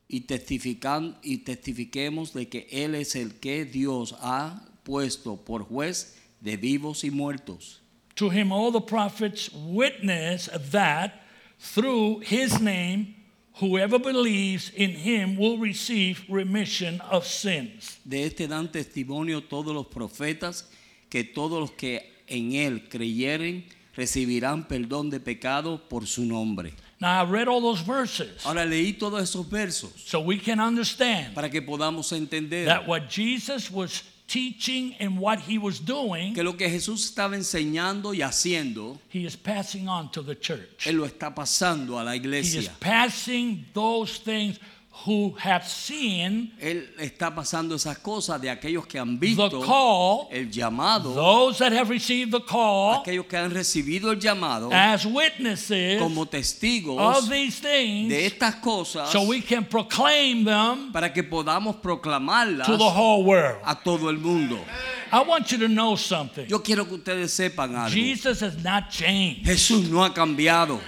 Speaker 2: y, testifican, y testifiquemos de que él es el que Dios ha puesto por juez de vivos y muertos.
Speaker 3: To him, all the prophets witness that through his name, whoever believes in him will receive remission of sins.
Speaker 2: De este dan testimonio todos los profetas, que todos los que en él creyeren recibirán perdón de pecado por su nombre.
Speaker 3: Now, I read all those verses,
Speaker 2: Ahora leí todos esos versos
Speaker 3: so we can understand
Speaker 2: para que podamos entender
Speaker 3: that what Jesus was teaching and what he was doing
Speaker 2: que lo que Jesús estaba enseñando y haciendo,
Speaker 3: He is passing on to the church.
Speaker 2: él lo está pasando a la
Speaker 3: He is
Speaker 2: iglesia.
Speaker 3: passing those things who have seen
Speaker 2: Él está pasando esas cosas de aquellos que han
Speaker 3: the
Speaker 2: visto
Speaker 3: call,
Speaker 2: el llamado,
Speaker 3: those that have received the call
Speaker 2: aquellos que han recibido el llamado
Speaker 3: as witnesses
Speaker 2: como testigos
Speaker 3: of these
Speaker 2: de
Speaker 3: things
Speaker 2: estas cosas
Speaker 3: so we can proclaim them
Speaker 2: para que podamos proclamarlas
Speaker 3: to the whole world.
Speaker 2: a todo el mundo.
Speaker 3: I want you to know something.
Speaker 2: Ah. Yo quiero que ustedes sepan algo.
Speaker 3: Jesus has not changed.
Speaker 2: Jesús no ha cambiado.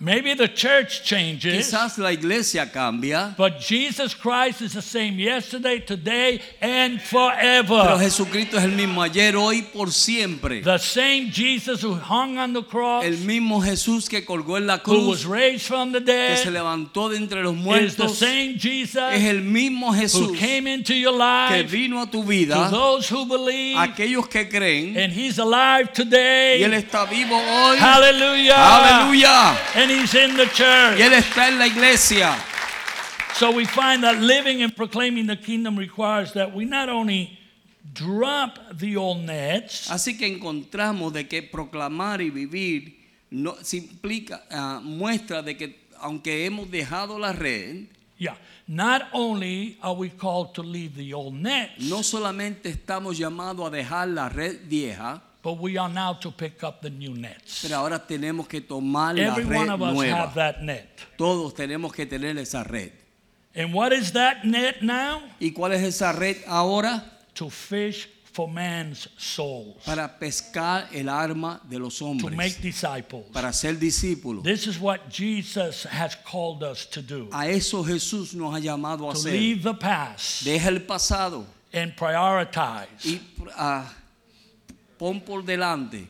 Speaker 3: Maybe the church changes,
Speaker 2: Quizás la iglesia cambia,
Speaker 3: but Jesus Christ is the same yesterday, today, and
Speaker 2: pero
Speaker 3: forever.
Speaker 2: Jesucristo es el mismo ayer, hoy, por siempre.
Speaker 3: The same Jesus who hung on the cross,
Speaker 2: El mismo Jesús que colgó en la
Speaker 3: who was
Speaker 2: cruz,
Speaker 3: raised from the
Speaker 2: que se
Speaker 3: dead,
Speaker 2: levantó de entre los
Speaker 3: is the
Speaker 2: muertos, es
Speaker 3: same Jesus
Speaker 2: el mismo
Speaker 3: who
Speaker 2: Jesús
Speaker 3: came into your
Speaker 2: que
Speaker 3: life
Speaker 2: vino a tu
Speaker 3: to
Speaker 2: vida,
Speaker 3: those who believe,
Speaker 2: aquellos que creen,
Speaker 3: and He's alive
Speaker 2: y Él
Speaker 3: today.
Speaker 2: está vivo hoy.
Speaker 3: Hallelujah!
Speaker 2: Aleluya.
Speaker 3: And He's in the
Speaker 2: Y
Speaker 3: church.
Speaker 2: Él está en la iglesia.
Speaker 3: So we find that living and proclaiming the kingdom requires that we not only drop the old nets,
Speaker 2: Así que encontramos de que proclamar y vivir no, se implica, ah, muestra de que aunque hemos dejado la red,
Speaker 3: yeah, not only are we called to leave the old nets,
Speaker 2: no solamente estamos llamados a dejar la red vieja,
Speaker 3: but we are now to pick up the new nets.
Speaker 2: pero ahora tenemos que tomar la
Speaker 3: Every
Speaker 2: red
Speaker 3: one of us
Speaker 2: nueva.
Speaker 3: have that net.
Speaker 2: Todos tenemos que tener esa red.
Speaker 3: And what is that net now?
Speaker 2: ¿Y cuál es esa red ahora?
Speaker 3: To fish for man's souls,
Speaker 2: para pescar el arma de los
Speaker 3: to make
Speaker 2: hombres,
Speaker 3: disciples.
Speaker 2: para ser discípulos.
Speaker 3: This is what Jesus has called us to do
Speaker 2: A eso Jesús nos ha llamado a
Speaker 3: to
Speaker 2: hacer.
Speaker 3: leave the past
Speaker 2: Deja el pasado
Speaker 3: and prioritize
Speaker 2: y ah, pon por delante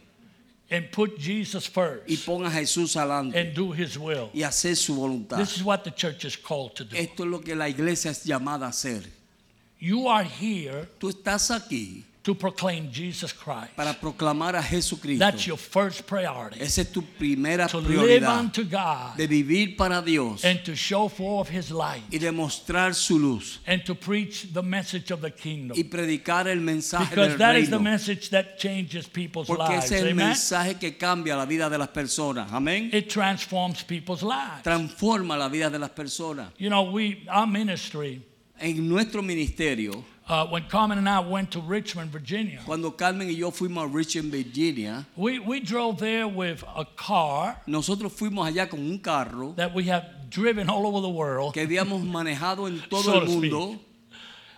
Speaker 3: and put Jesus
Speaker 2: y
Speaker 3: first
Speaker 2: pon a Jesús
Speaker 3: and
Speaker 2: adelante
Speaker 3: do his will.
Speaker 2: y hacer su voluntad.
Speaker 3: This is what the church is called to do.
Speaker 2: Esto es lo que la iglesia es llamada a hacer.
Speaker 3: You are here
Speaker 2: Tú estás aquí
Speaker 3: to proclaim Jesus Christ.
Speaker 2: para proclamar a
Speaker 3: That's
Speaker 2: Jesucristo.
Speaker 3: your first priority.
Speaker 2: Esa es tu primera
Speaker 3: To live
Speaker 2: prioridad
Speaker 3: unto God
Speaker 2: de vivir para Dios
Speaker 3: and to show forth his light
Speaker 2: y demostrar su luz
Speaker 3: and to preach the message of the kingdom.
Speaker 2: y predicar el mensaje
Speaker 3: Because
Speaker 2: del
Speaker 3: that is the
Speaker 2: reino.
Speaker 3: message that changes people's
Speaker 2: Porque
Speaker 3: lives.
Speaker 2: ese es el
Speaker 3: Amen.
Speaker 2: mensaje que cambia la vida de las personas. Amén.
Speaker 3: It transforms people's lives.
Speaker 2: Transforma la vida de las personas.
Speaker 3: You know, we our ministry.
Speaker 2: En nuestro ministerio,
Speaker 3: Uh, when Carmen and I went to Richmond, Virginia,
Speaker 2: cuando Carmen y yo fuimos a Richmond, Virginia,
Speaker 3: we we drove there with a car
Speaker 2: nosotros fuimos allá con un carro
Speaker 3: that we have driven all over the world.
Speaker 2: que habíamos manejado en todo
Speaker 3: So
Speaker 2: el
Speaker 3: to speak.
Speaker 2: mundo.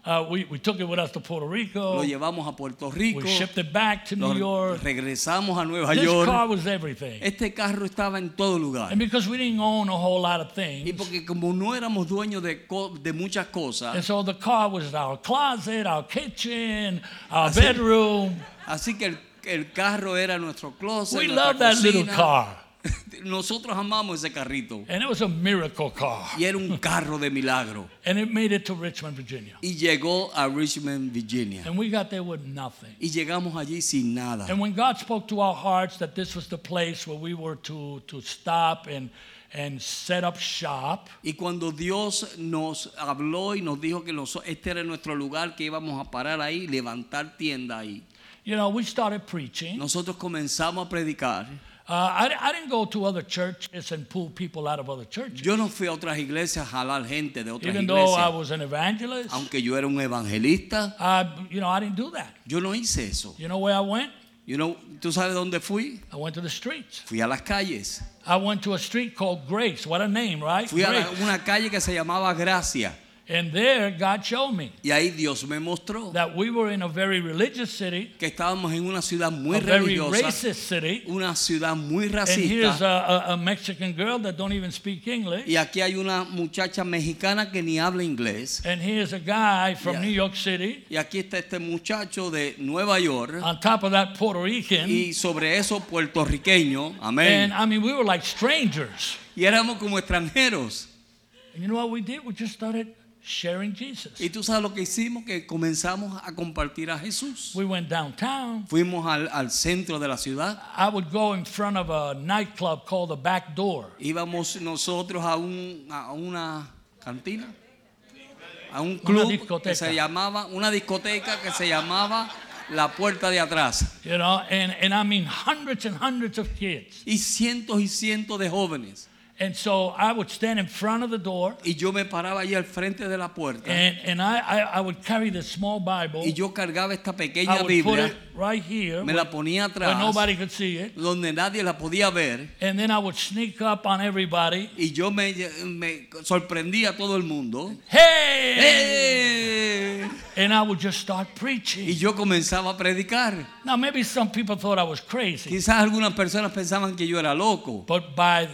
Speaker 3: Uh, we we took it with us to Puerto Rico.
Speaker 2: Lo llevamos a Puerto
Speaker 3: We
Speaker 2: Rico.
Speaker 3: shipped it back to New
Speaker 2: Lo
Speaker 3: York.
Speaker 2: regresamos a Nueva
Speaker 3: This car
Speaker 2: York.
Speaker 3: was everything.
Speaker 2: Este carro estaba en todo lugar.
Speaker 3: And because we didn't own a whole lot of
Speaker 2: Y
Speaker 3: things,
Speaker 2: porque como no éramos dueños de, co- de muchas
Speaker 3: and
Speaker 2: cosas,
Speaker 3: so the car was our closet, our kitchen, our
Speaker 2: Así-
Speaker 3: bedroom.
Speaker 2: así que el, el carro era nuestro closet.
Speaker 3: We
Speaker 2: nuestra
Speaker 3: loved that little
Speaker 2: cocina.
Speaker 3: car.
Speaker 2: Nosotros amamos ese carrito.
Speaker 3: And it was a miracle car.
Speaker 2: Y era un carro de milagro.
Speaker 3: And it made it to Richmond, Virginia.
Speaker 2: Y llegó a Richmond, Virginia.
Speaker 3: And we got there with nothing.
Speaker 2: Y llegamos allí sin nada.
Speaker 3: And when God spoke to our hearts that this was the place where we were to, to stop and, and set up shop,
Speaker 2: Y cuando Dios nos habló y nos dijo que nos- este era nuestro lugar, que íbamos a parar ahí, levantar tienda ahí,
Speaker 3: you know, we started preaching. Uh,
Speaker 2: nosotros comenzamos a predicar.
Speaker 3: I, I didn't go to other churches and pull people out of other churches.
Speaker 2: Yo no fui a otras iglesias a jalar gente de otras
Speaker 3: Even though I
Speaker 2: iglesias.
Speaker 3: was an evangelist,
Speaker 2: Aunque yo era un evangelista,
Speaker 3: I, you know, I didn't do that.
Speaker 2: yo no hice eso.
Speaker 3: You know where I went?
Speaker 2: You know, ¿Tú sabes dónde fui?
Speaker 3: I went to the streets.
Speaker 2: Fui a las calles.
Speaker 3: I went to a street called Grace. What a name, right?
Speaker 2: Fui a la-
Speaker 3: Grace.
Speaker 2: una calle que se llamaba Gracia.
Speaker 3: And there, God showed me
Speaker 2: Y ahí Dios me mostró
Speaker 3: that we were in a very religious city,
Speaker 2: que estábamos en una ciudad muy
Speaker 3: a very
Speaker 2: religiosa,
Speaker 3: racist city.
Speaker 2: una ciudad muy
Speaker 3: And here's
Speaker 2: racista.
Speaker 3: a, a, a Mexican girl that don't even speak English.
Speaker 2: Y aquí hay una muchacha mexicana que ni habla inglés.
Speaker 3: And here's a guy from
Speaker 2: Yeah.
Speaker 3: New York City.
Speaker 2: Y aquí está este muchacho de Nueva York.
Speaker 3: On top of that, Puerto Rican.
Speaker 2: Y sobre eso puertorriqueño. Amén.
Speaker 3: and I mean, we were like strangers.
Speaker 2: Y éramos como extranjeros.
Speaker 3: And you know what we did? We just started sharing Jesus.
Speaker 2: Y tú sabes lo que hicimos, que comenzamos a compartir a Jesús.
Speaker 3: We went downtown.
Speaker 2: Fuimos al, al centro de la ciudad.
Speaker 3: I would go in front of a nightclub called the Back Door.
Speaker 2: Íbamos nosotros a, un, a una cantina, a un
Speaker 3: Una
Speaker 2: club que
Speaker 3: discoteca.
Speaker 2: se llamaba, una discoteca que se llamaba La Puerta de Atrás.
Speaker 3: You know, and, and I mean hundreds and hundreds of kids.
Speaker 2: Y cientos y cientos de jóvenes.
Speaker 3: And so I would stand in front of the door
Speaker 2: Y yo me paraba allí al frente de la puerta.
Speaker 3: and, and I, I, I would carry the small Bible.
Speaker 2: Y yo cargaba esta
Speaker 3: I
Speaker 2: pequeña
Speaker 3: would put it
Speaker 2: Biblia,
Speaker 3: right here
Speaker 2: me
Speaker 3: where,
Speaker 2: la ponía
Speaker 3: where
Speaker 2: atrás,
Speaker 3: nobody could see it.
Speaker 2: donde nadie la podía ver.
Speaker 3: And then I would sneak up on everybody.
Speaker 2: Y yo me, me sorprendía a todo el mundo.
Speaker 3: Hey!
Speaker 2: ¡Eh!
Speaker 3: And I would just start
Speaker 2: Y
Speaker 3: preaching.
Speaker 2: yo comenzaba a predicar.
Speaker 3: Now, maybe some people thought I was crazy,
Speaker 2: Quizás algunas personas pensaban que yo era loco,
Speaker 3: but by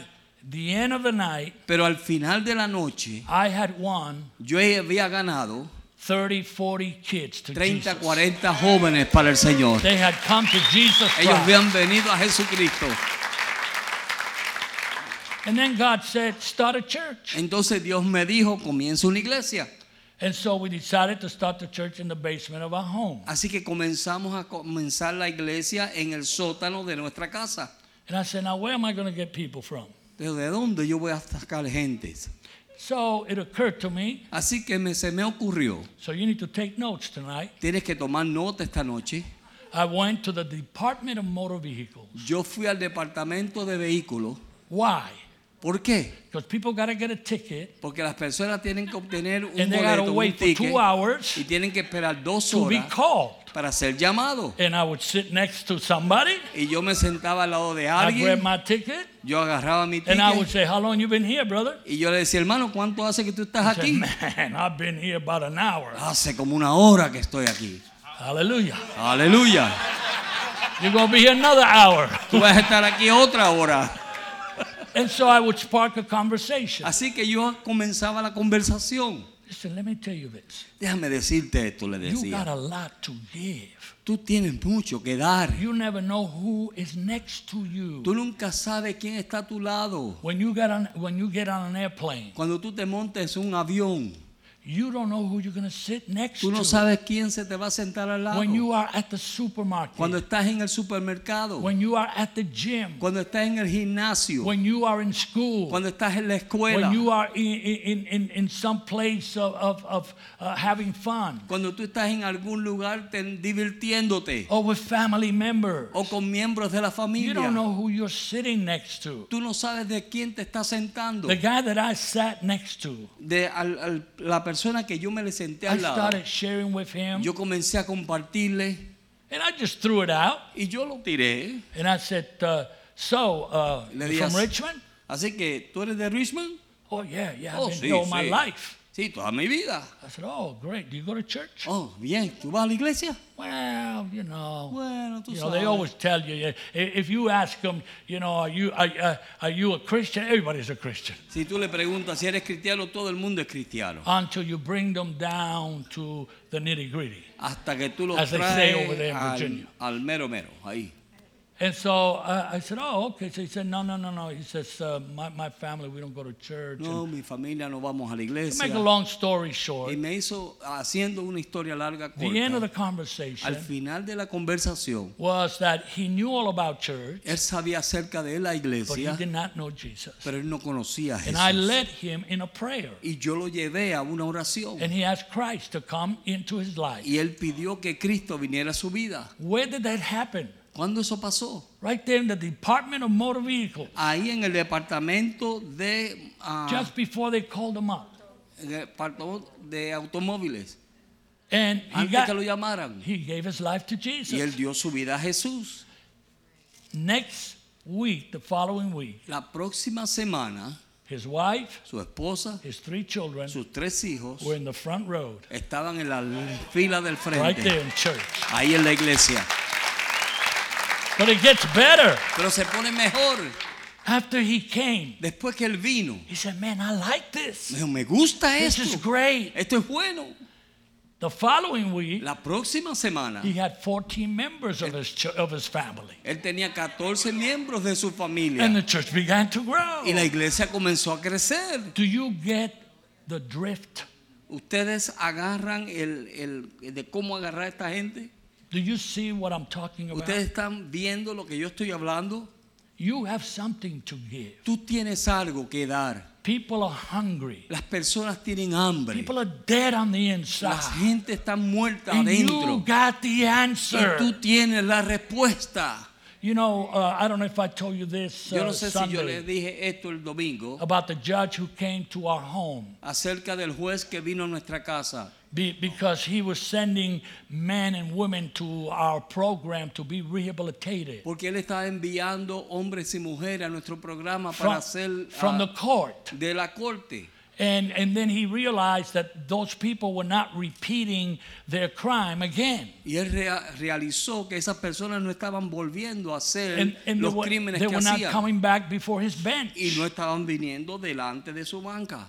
Speaker 3: the end of the night,
Speaker 2: pero al final de la noche
Speaker 3: I had won
Speaker 2: yo había ganado
Speaker 3: 30, 40 kids to
Speaker 2: 30,
Speaker 3: Jesus.
Speaker 2: 40 jóvenes para el Señor.
Speaker 3: They had come to Jesus
Speaker 2: Ellos
Speaker 3: Christ.
Speaker 2: habían venido a Jesucristo.
Speaker 3: And then God said, start a church.
Speaker 2: Entonces Dios me dijo, comienza una iglesia.
Speaker 3: And so we decided to start the church in the basement of our home.
Speaker 2: Así que comenzamos a comenzar la iglesia en el sótano de nuestra casa.
Speaker 3: And I said, now where am I going to get people from?
Speaker 2: ¿Pero de dónde yo voy a sacar gentes?
Speaker 3: So it occurred to me,
Speaker 2: Así que me- se me ocurrió,
Speaker 3: so you need to take notes tonight.
Speaker 2: tienes que tomar nota esta noche.
Speaker 3: I went to the Department of Motor Vehicles.
Speaker 2: Yo fui al departamento de vehículos.
Speaker 3: Why?
Speaker 2: ¿Por qué?
Speaker 3: Because people got to get a ticket
Speaker 2: Porque las personas tienen que obtener un
Speaker 3: and they got
Speaker 2: boleto,
Speaker 3: to
Speaker 2: un
Speaker 3: wait for
Speaker 2: ticket,
Speaker 3: two hours
Speaker 2: y tienen que esperar dos
Speaker 3: to be
Speaker 2: horas
Speaker 3: called.
Speaker 2: para ser llamado.
Speaker 3: And I would sit next to somebody.
Speaker 2: Y yo me sentaba al lado de
Speaker 3: I grabbed
Speaker 2: alguien,
Speaker 3: my ticket
Speaker 2: yo agarraba mi
Speaker 3: and I would
Speaker 2: ticket
Speaker 3: say, "How long you been here, brother?"
Speaker 2: y yo le decía, hermano, ¿cuánto hace que tú estás
Speaker 3: I said,
Speaker 2: aquí?
Speaker 3: "Man, I've been here about an hour."
Speaker 2: Hace como una hora que estoy aquí.
Speaker 3: Hallelujah.
Speaker 2: Aleluya.
Speaker 3: You're going to be here another hour.
Speaker 2: Tú vas a estar aquí otra hora.
Speaker 3: And so I would spark a conversation.
Speaker 2: Así que yo comenzaba la conversación.
Speaker 3: Listen, let me tell you this.
Speaker 2: Déjame decirte esto, le
Speaker 3: You
Speaker 2: decía.
Speaker 3: got a lot to give.
Speaker 2: Tú tienes mucho que dar.
Speaker 3: You never know who is next to you.
Speaker 2: Tú nunca sabes quién está a tu lado.
Speaker 3: When you get on when you get on an airplane,
Speaker 2: Cuando tú te montes en un avión,
Speaker 3: you don't know who you're going to sit next
Speaker 2: tú no
Speaker 3: to.
Speaker 2: sabes quién se te va a sentar al lado.
Speaker 3: When you are at the supermarket,
Speaker 2: Cuando estás en el supermercado,
Speaker 3: when you are at the gym,
Speaker 2: cuando estás en el gimnasio,
Speaker 3: when you are in school,
Speaker 2: cuando estás en la escuela,
Speaker 3: when you are in, in, in, in some place of, of, of uh, having fun,
Speaker 2: cuando tú estás en algún lugar te- divirtiéndote
Speaker 3: or with family members,
Speaker 2: o con miembros de la
Speaker 3: Oh. you
Speaker 2: familia.
Speaker 3: don't know who you're sitting next to.
Speaker 2: Tú no sabes de quién te estás sentando.
Speaker 3: The guy that I sat next to,
Speaker 2: De al- al- la persona que yo me le senté
Speaker 3: I
Speaker 2: al lado.
Speaker 3: started sharing with him,
Speaker 2: Yo comencé a compartirle
Speaker 3: and I just threw it out.
Speaker 2: y yo lo tiré.
Speaker 3: And I said, uh, so, uh,
Speaker 2: Le
Speaker 3: you from
Speaker 2: digas-
Speaker 3: Richmond?
Speaker 2: Así que, ¿tú eres de Richmond?
Speaker 3: Oh, yeah, yeah, I've
Speaker 2: Oh,
Speaker 3: been
Speaker 2: sí,
Speaker 3: here all my
Speaker 2: sí.
Speaker 3: life.
Speaker 2: Sí, toda mi vida.
Speaker 3: I said, oh, great. Do you go to church?
Speaker 2: Oh, bien, ¿tú vas a la iglesia?
Speaker 3: Well, you know.
Speaker 2: Bueno, tú
Speaker 3: You know,
Speaker 2: sabes.
Speaker 3: they always tell you. yeah, i- If you ask them, you know, are you are, uh, are you a Christian? Everybody's a Christian
Speaker 2: Si tú le preguntas si eres cristiano, todo el mundo es cristiano.
Speaker 3: until you bring them down to the nitty gritty.
Speaker 2: Hasta que tú lo
Speaker 3: As they say over
Speaker 2: traes
Speaker 3: there in
Speaker 2: al,
Speaker 3: Virginia.
Speaker 2: al mero mero, ahí.
Speaker 3: And so uh, I said, oh, okay. So he said, no, no, no, no. He says, uh, my, my family, we don't go to church. And
Speaker 2: No, mi familia no vamos a la
Speaker 3: to
Speaker 2: iglesia.
Speaker 3: make a long story short,
Speaker 2: Y me hizo, haciendo una historia larga,
Speaker 3: the end of the
Speaker 2: corta.
Speaker 3: conversation
Speaker 2: Al final de la conversación,
Speaker 3: was that he knew all about church,
Speaker 2: él sabía acerca de la
Speaker 3: but he
Speaker 2: iglesia,
Speaker 3: did not know Jesus.
Speaker 2: pero él no conocía a
Speaker 3: And I
Speaker 2: Jesús.
Speaker 3: led him in a prayer,
Speaker 2: Y yo lo llevé a una oración.
Speaker 3: and he asked Christ to come into his life.
Speaker 2: Y él pidió que Cristo viniera a su vida.
Speaker 3: Where did that happen?
Speaker 2: ¿Cuándo eso pasó?
Speaker 3: Right there in the Department of Motor Vehicles,
Speaker 2: Ahí en el departamento de, ah,
Speaker 3: just before they called him up.
Speaker 2: en el departamento de automóviles,
Speaker 3: And he,
Speaker 2: antes
Speaker 3: got,
Speaker 2: que lo llamaran.
Speaker 3: he gave his life to
Speaker 2: Y él
Speaker 3: Jesus.
Speaker 2: dio su vida a Jesús.
Speaker 3: Next week, the following week,
Speaker 2: La próxima semana,
Speaker 3: his wife,
Speaker 2: su esposa,
Speaker 3: his three children
Speaker 2: sus tres hijos
Speaker 3: were in the front road,
Speaker 2: estaban en la fila del
Speaker 3: right
Speaker 2: frente,
Speaker 3: there in church.
Speaker 2: ahí en la iglesia.
Speaker 3: But it gets better.
Speaker 2: Pero se pone mejor
Speaker 3: After he came,
Speaker 2: después que él vino.
Speaker 3: he said, Man, I like
Speaker 2: Me
Speaker 3: this.
Speaker 2: dijo, me gusta
Speaker 3: This is
Speaker 2: esto.
Speaker 3: great.
Speaker 2: Esto es bueno.
Speaker 3: The following week,
Speaker 2: La próxima semana,
Speaker 3: He had 14 members of his, chu- of his family.
Speaker 2: él tenía 14 miembros de su
Speaker 3: And
Speaker 2: familia
Speaker 3: the church began to grow.
Speaker 2: y la iglesia comenzó a crecer.
Speaker 3: Do you get the drift?
Speaker 2: Ustedes agarran el, el- de cómo agarrar a esta gente.
Speaker 3: Do you see what I'm talking about?
Speaker 2: Ustedes están viendo lo que yo estoy hablando.
Speaker 3: You have something to give.
Speaker 2: Tú tienes algo que dar.
Speaker 3: People are hungry.
Speaker 2: Las personas tienen hambre.
Speaker 3: People are dead on the
Speaker 2: La
Speaker 3: inside.
Speaker 2: gente está muerta
Speaker 3: And you
Speaker 2: adentro.
Speaker 3: got the
Speaker 2: Y
Speaker 3: answer.
Speaker 2: tú tienes la respuesta.
Speaker 3: You know, uh, I don't know if I told you this
Speaker 2: Yo
Speaker 3: uh,
Speaker 2: no sé si yo le
Speaker 3: Sunday
Speaker 2: dije esto el domingo
Speaker 3: about the judge who came to our home
Speaker 2: acerca del juez que vino a nuestra casa.
Speaker 3: be, because he was sending men and women to our program to be rehabilitated.
Speaker 2: Porque él está enviando hombres y mujeres a nuestro programa para
Speaker 3: from,
Speaker 2: hacer
Speaker 3: from the
Speaker 2: ah,
Speaker 3: court.
Speaker 2: de la corte.
Speaker 3: And, and then he realized that those people were not repeating their crime again.
Speaker 2: Y él rea- realizó que esas personas no estaban volviendo a hacer
Speaker 3: And, and they
Speaker 2: los
Speaker 3: were,
Speaker 2: crímenes
Speaker 3: they
Speaker 2: que
Speaker 3: were not
Speaker 2: hacían.
Speaker 3: coming back before his bench.
Speaker 2: Y no estaban viniendo delante de su banca.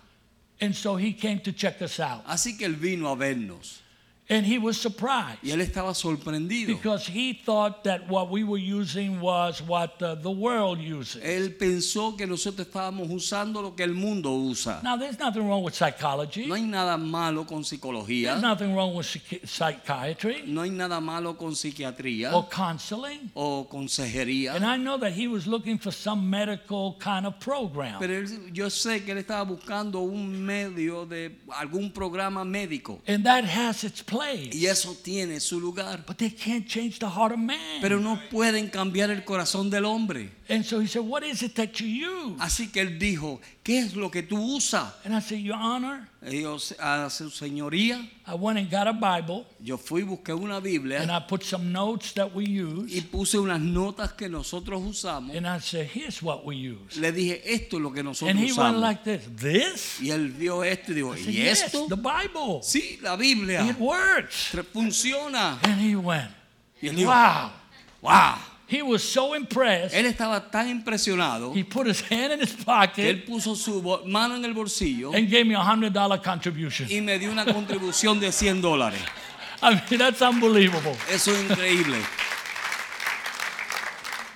Speaker 3: And so he came to check us out.
Speaker 2: Así que él vino a vernos.
Speaker 3: And he was surprised
Speaker 2: Y él estaba sorprendido.
Speaker 3: because he thought that what we were using was what uh, the world uses.
Speaker 2: Él pensó que nosotros estábamos usando lo que el mundo usa.
Speaker 3: Now, there's nothing wrong with psychology,
Speaker 2: No hay nada malo con
Speaker 3: there's
Speaker 2: psicología,
Speaker 3: nothing wrong with psychi- psychiatry
Speaker 2: no hay nada malo con psiquiatría
Speaker 3: or counseling.
Speaker 2: o consejería.
Speaker 3: And I know that he was looking for some medical kind of program.
Speaker 2: Pero él- yo sé que él estaba buscando un medio de algún programa médico.
Speaker 3: And that has its place.
Speaker 2: Y eso tiene su lugar.
Speaker 3: But they can't change the heart of man.
Speaker 2: Pero no pueden cambiar el corazón del hombre.
Speaker 3: and so he said, What is it that you use?
Speaker 2: Así que él dijo, ¿qué es lo que tú usas?
Speaker 3: And I said, Your Honor,
Speaker 2: Eh, ellos a su señoría.
Speaker 3: I went and got a Bible
Speaker 2: Yo fui, busqué una
Speaker 3: and
Speaker 2: Biblia
Speaker 3: I put some notes that we
Speaker 2: y
Speaker 3: use
Speaker 2: puse unas notas que nosotros usamos.
Speaker 3: and I said, here's what we use.
Speaker 2: Le dije, esto es lo que
Speaker 3: And
Speaker 2: nosotros
Speaker 3: he went
Speaker 2: usamos.
Speaker 3: like this. This?
Speaker 2: Y él vio esto y dijo,
Speaker 3: I said,
Speaker 2: ¿y
Speaker 3: yes,
Speaker 2: esto?
Speaker 3: the Bible.
Speaker 2: Sí, la
Speaker 3: It
Speaker 2: Biblia.
Speaker 3: works.
Speaker 2: Tre- Funciona.
Speaker 3: And he went,
Speaker 2: Y él dijo,
Speaker 3: wow.
Speaker 2: wow.
Speaker 3: He was so impressed.
Speaker 2: Él estaba tan impresionado
Speaker 3: He put his hand in his
Speaker 2: que
Speaker 3: pocket
Speaker 2: él puso su bo- mano en el bolsillo
Speaker 3: and gave me a hundred dollar contribution.
Speaker 2: y me dio una contribución de 100 dólares.
Speaker 3: I mean, that's unbelievable.
Speaker 2: Eso es increíble.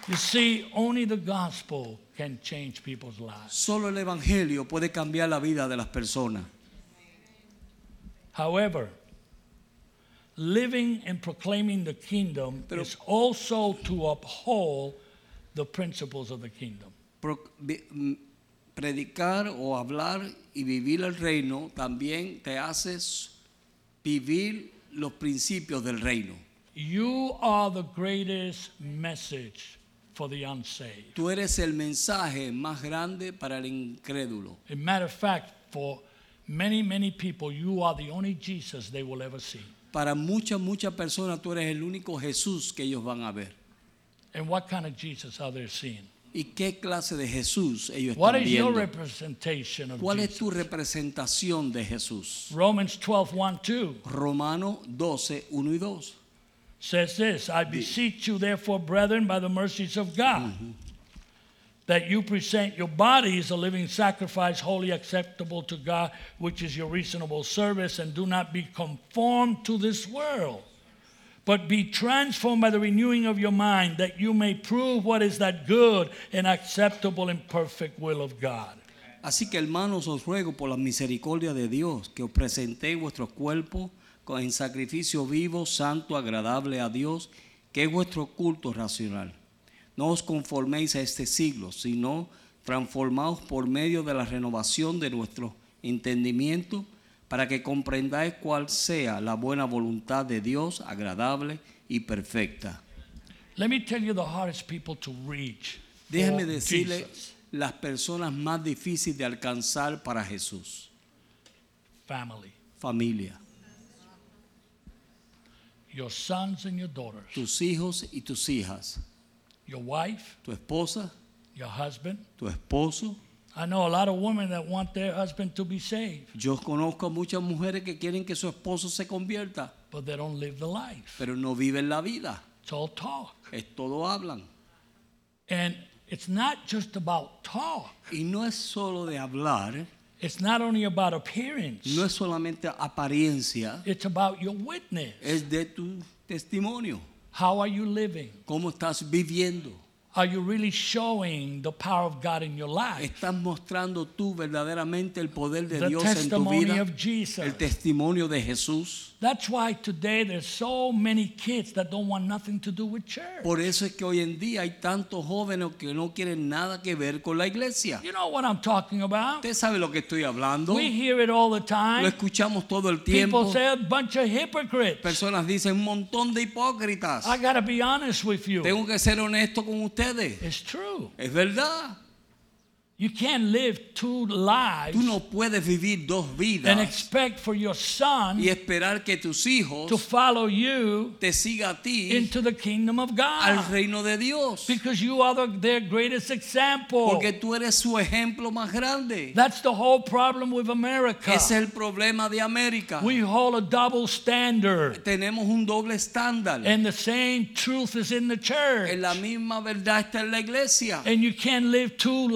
Speaker 3: You see, only the gospel can change people's lives.
Speaker 2: Solo el Evangelio puede cambiar la vida de las personas.
Speaker 3: However, living and proclaiming the kingdom
Speaker 2: Pero-
Speaker 3: is also to uphold the principles of the kingdom.
Speaker 2: Pro- vi- mm, predicar o hablar y vivir el reino también te hace s- vivir los principios del reino.
Speaker 3: You are the greatest message for the unsaved.
Speaker 2: Tú eres el mensaje más grande para el incrédulo.
Speaker 3: As a matter of fact, for many, many people, you are the only Jesus they will ever see.
Speaker 2: Para muchas, muchas personas tú eres el único Jesús que ellos van a ver.
Speaker 3: And what kind of Jesus are they seeing?
Speaker 2: ¿Y qué clase de Jesús ellos
Speaker 3: What
Speaker 2: están
Speaker 3: is your
Speaker 2: viendo?
Speaker 3: representation of
Speaker 2: ¿Cuál es
Speaker 3: Jesus?
Speaker 2: tu representación de Jesús?
Speaker 3: Romans 12, 2
Speaker 2: Romanos 12, 1 y 2.
Speaker 3: says this I beseech you, therefore, brethren, by the mercies of God, that you present your bodies a living sacrifice, wholly acceptable to God, which is your reasonable service, and do not be conformed to this world. But be transformed by the renewing of your mind, that you may prove what is that good and acceptable and perfect will of God.
Speaker 2: Así que hermanos, os ruego por la misericordia de Dios que os presentéis vuestros cuerpos con- en sacrificio vivo, santo, agradable a Dios, que es vuestro culto racional. No os conforméis a este siglo, sino transformaos por medio de la renovación de nuestro entendimiento para que comprendáis cuál sea la buena voluntad de Dios, agradable y perfecta.
Speaker 3: Let me tell you the hardest people to reach. for
Speaker 2: Déjeme decirle
Speaker 3: Oh, Jesus.
Speaker 2: las personas más difíciles de alcanzar para Jesús,
Speaker 3: family,
Speaker 2: familia.
Speaker 3: your sons and your daughters,
Speaker 2: tus hijos y tus hijas,
Speaker 3: your wife,
Speaker 2: tu esposa,
Speaker 3: your husband.
Speaker 2: tu esposo.
Speaker 3: I know a lot of women that want their husband to be saved,
Speaker 2: Yo conozco a muchas mujeres que quieren que su esposo se convierta,
Speaker 3: but they don't live the life.
Speaker 2: pero no viven la vida.
Speaker 3: It's all talk.
Speaker 2: Es todo hablan.
Speaker 3: And it's not just about talk.
Speaker 2: Y no es solo de hablar,
Speaker 3: It's not only about appearance.
Speaker 2: no es solamente apariencia,
Speaker 3: It's about your witness.
Speaker 2: es de tu testimonio.
Speaker 3: How are you living?
Speaker 2: ¿Cómo estás viviendo?
Speaker 3: Are you really showing the power of God in your life?
Speaker 2: ¿Estás mostrando tú verdaderamente el poder de
Speaker 3: The
Speaker 2: Dios en tu
Speaker 3: testimony
Speaker 2: vida?
Speaker 3: of Jesus.
Speaker 2: El testimonio de Jesús.
Speaker 3: That's why today there's so many kids that don't want nothing to do with church.
Speaker 2: Por eso es que hoy en día hay tantos jóvenes que no quieren nada que ver con la iglesia.
Speaker 3: You know what I'm talking about?
Speaker 2: Usted sabe lo que estoy hablando.
Speaker 3: We hear it all the
Speaker 2: Lo
Speaker 3: time.
Speaker 2: escuchamos todo el
Speaker 3: People
Speaker 2: tiempo.
Speaker 3: say a bunch of hypocrites.
Speaker 2: Personas dicen un montón de hipócritas.
Speaker 3: I gotta be honest with you.
Speaker 2: Tengo que ser honesto con ustedes.
Speaker 3: It's true.
Speaker 2: Es verdad.
Speaker 3: You can't live
Speaker 2: Tú
Speaker 3: two lives
Speaker 2: no puedes vivir dos
Speaker 3: and
Speaker 2: vidas
Speaker 3: expect for your
Speaker 2: y
Speaker 3: son
Speaker 2: esperar que tus
Speaker 3: to
Speaker 2: hijos
Speaker 3: follow you
Speaker 2: te sigan a ti
Speaker 3: into the kingdom of
Speaker 2: al
Speaker 3: God
Speaker 2: reino de Dios.
Speaker 3: because you are the, their greatest example.
Speaker 2: Porque tú eres su ejemplo más grande.
Speaker 3: That's the whole problem with
Speaker 2: Ese
Speaker 3: America.
Speaker 2: es el problema de América.
Speaker 3: We hold a double standard,
Speaker 2: Tenemos un doble estándar.
Speaker 3: and the same truth is in the church.
Speaker 2: En la misma verdad está en la iglesia.
Speaker 3: And you can't live two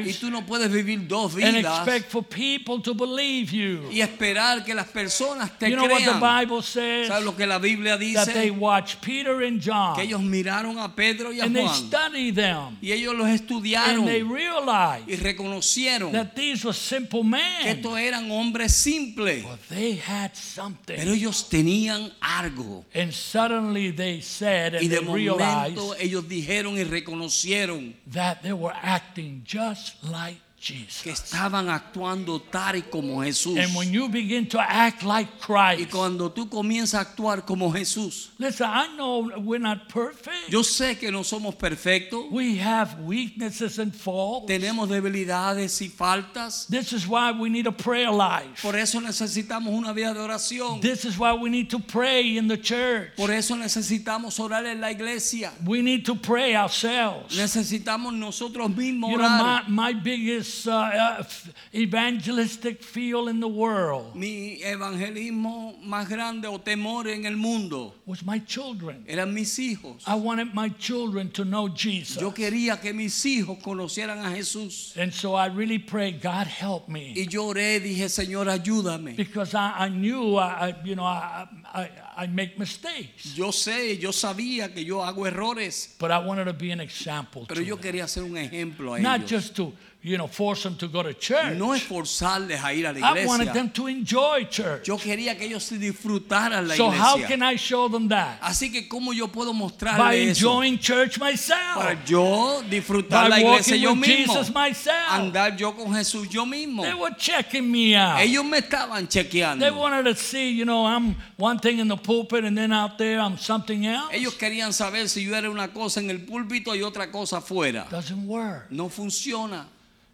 Speaker 2: Y
Speaker 3: lives
Speaker 2: tú no puedes vivir dos
Speaker 3: and
Speaker 2: vidas
Speaker 3: expect for people to believe you.
Speaker 2: y esperar que las personas te
Speaker 3: You know what the
Speaker 2: crean.
Speaker 3: Bible says?
Speaker 2: ¿Sabes lo que la Biblia
Speaker 3: That they
Speaker 2: dice?
Speaker 3: watch Peter and John
Speaker 2: Que ellos miraron a Pedro y a
Speaker 3: and they
Speaker 2: Juan
Speaker 3: study them
Speaker 2: y ellos los
Speaker 3: and
Speaker 2: estudiaron
Speaker 3: they realize
Speaker 2: y reconocieron
Speaker 3: that these were simple
Speaker 2: que
Speaker 3: men,
Speaker 2: estos eran hombres simples,
Speaker 3: but they
Speaker 2: pero
Speaker 3: had something.
Speaker 2: ellos tenían algo.
Speaker 3: And suddenly they said
Speaker 2: Y
Speaker 3: and
Speaker 2: de
Speaker 3: they
Speaker 2: momento
Speaker 3: realized
Speaker 2: ellos dijeron y reconocieron
Speaker 3: that they were acting just like
Speaker 2: que
Speaker 3: Jesus.
Speaker 2: estaban actuando tal y como Jesús.
Speaker 3: And when you begin to act like
Speaker 2: Y
Speaker 3: Christ,
Speaker 2: cuando tú comienzas a actuar como Jesús,
Speaker 3: listen, I know we're not perfect.
Speaker 2: yo sé que no somos perfectos,
Speaker 3: We have weaknesses and faults.
Speaker 2: tenemos debilidades y faltas,
Speaker 3: This is why we need a prayer life.
Speaker 2: por eso necesitamos una vida de oración,
Speaker 3: This is why we need to pray in the church.
Speaker 2: por eso necesitamos orar en la iglesia,
Speaker 3: We need to pray ourselves.
Speaker 2: necesitamos nosotros mismos
Speaker 3: You know, my,
Speaker 2: orar.
Speaker 3: my biggest uh, uh, f- evangelistic field in the world
Speaker 2: Mi evangelismo más grande o temor en el mundo
Speaker 3: was my children.
Speaker 2: eran mis hijos.
Speaker 3: I wanted my children to know Jesus.
Speaker 2: Yo quería que mis hijos conocieran a Jesús.
Speaker 3: And so I really prayed, God help me.
Speaker 2: Y yo oré, dije, Señor, ayúdame.
Speaker 3: Because I, I knew, I, I- you know, I, I, I make mistakes.
Speaker 2: Yo sé, yo sabía que yo hago errores,
Speaker 3: But I wanted to be an example
Speaker 2: pero
Speaker 3: to
Speaker 2: yo
Speaker 3: them.
Speaker 2: quería ser un ejemplo a
Speaker 3: Not
Speaker 2: ellos.
Speaker 3: just to, you know, force them to go to church.
Speaker 2: No esforzarles a ir a la
Speaker 3: I wanted
Speaker 2: iglesia.
Speaker 3: them to enjoy church.
Speaker 2: Yo quería que ellos se disfrutaran la
Speaker 3: So how can
Speaker 2: iglesia.
Speaker 3: I show them that?
Speaker 2: Así que cómo yo puedo
Speaker 3: By
Speaker 2: mostrarles eso?
Speaker 3: enjoying church myself.
Speaker 2: Para yo disfrutar la
Speaker 3: By
Speaker 2: iglesia
Speaker 3: walking
Speaker 2: yo
Speaker 3: with
Speaker 2: mismo.
Speaker 3: Jesus myself.
Speaker 2: Andar yo con Jesús yo mismo.
Speaker 3: They were checking me out.
Speaker 2: Ellos me estaban
Speaker 3: They
Speaker 2: chequeando.
Speaker 3: wanted to see, you know, I'm one thing in the pulpit and then out there I'm something else.
Speaker 2: Ellos querían saber si yo era una cosa en el púlpito y otra cosa afuera.
Speaker 3: Doesn't work.
Speaker 2: No funciona.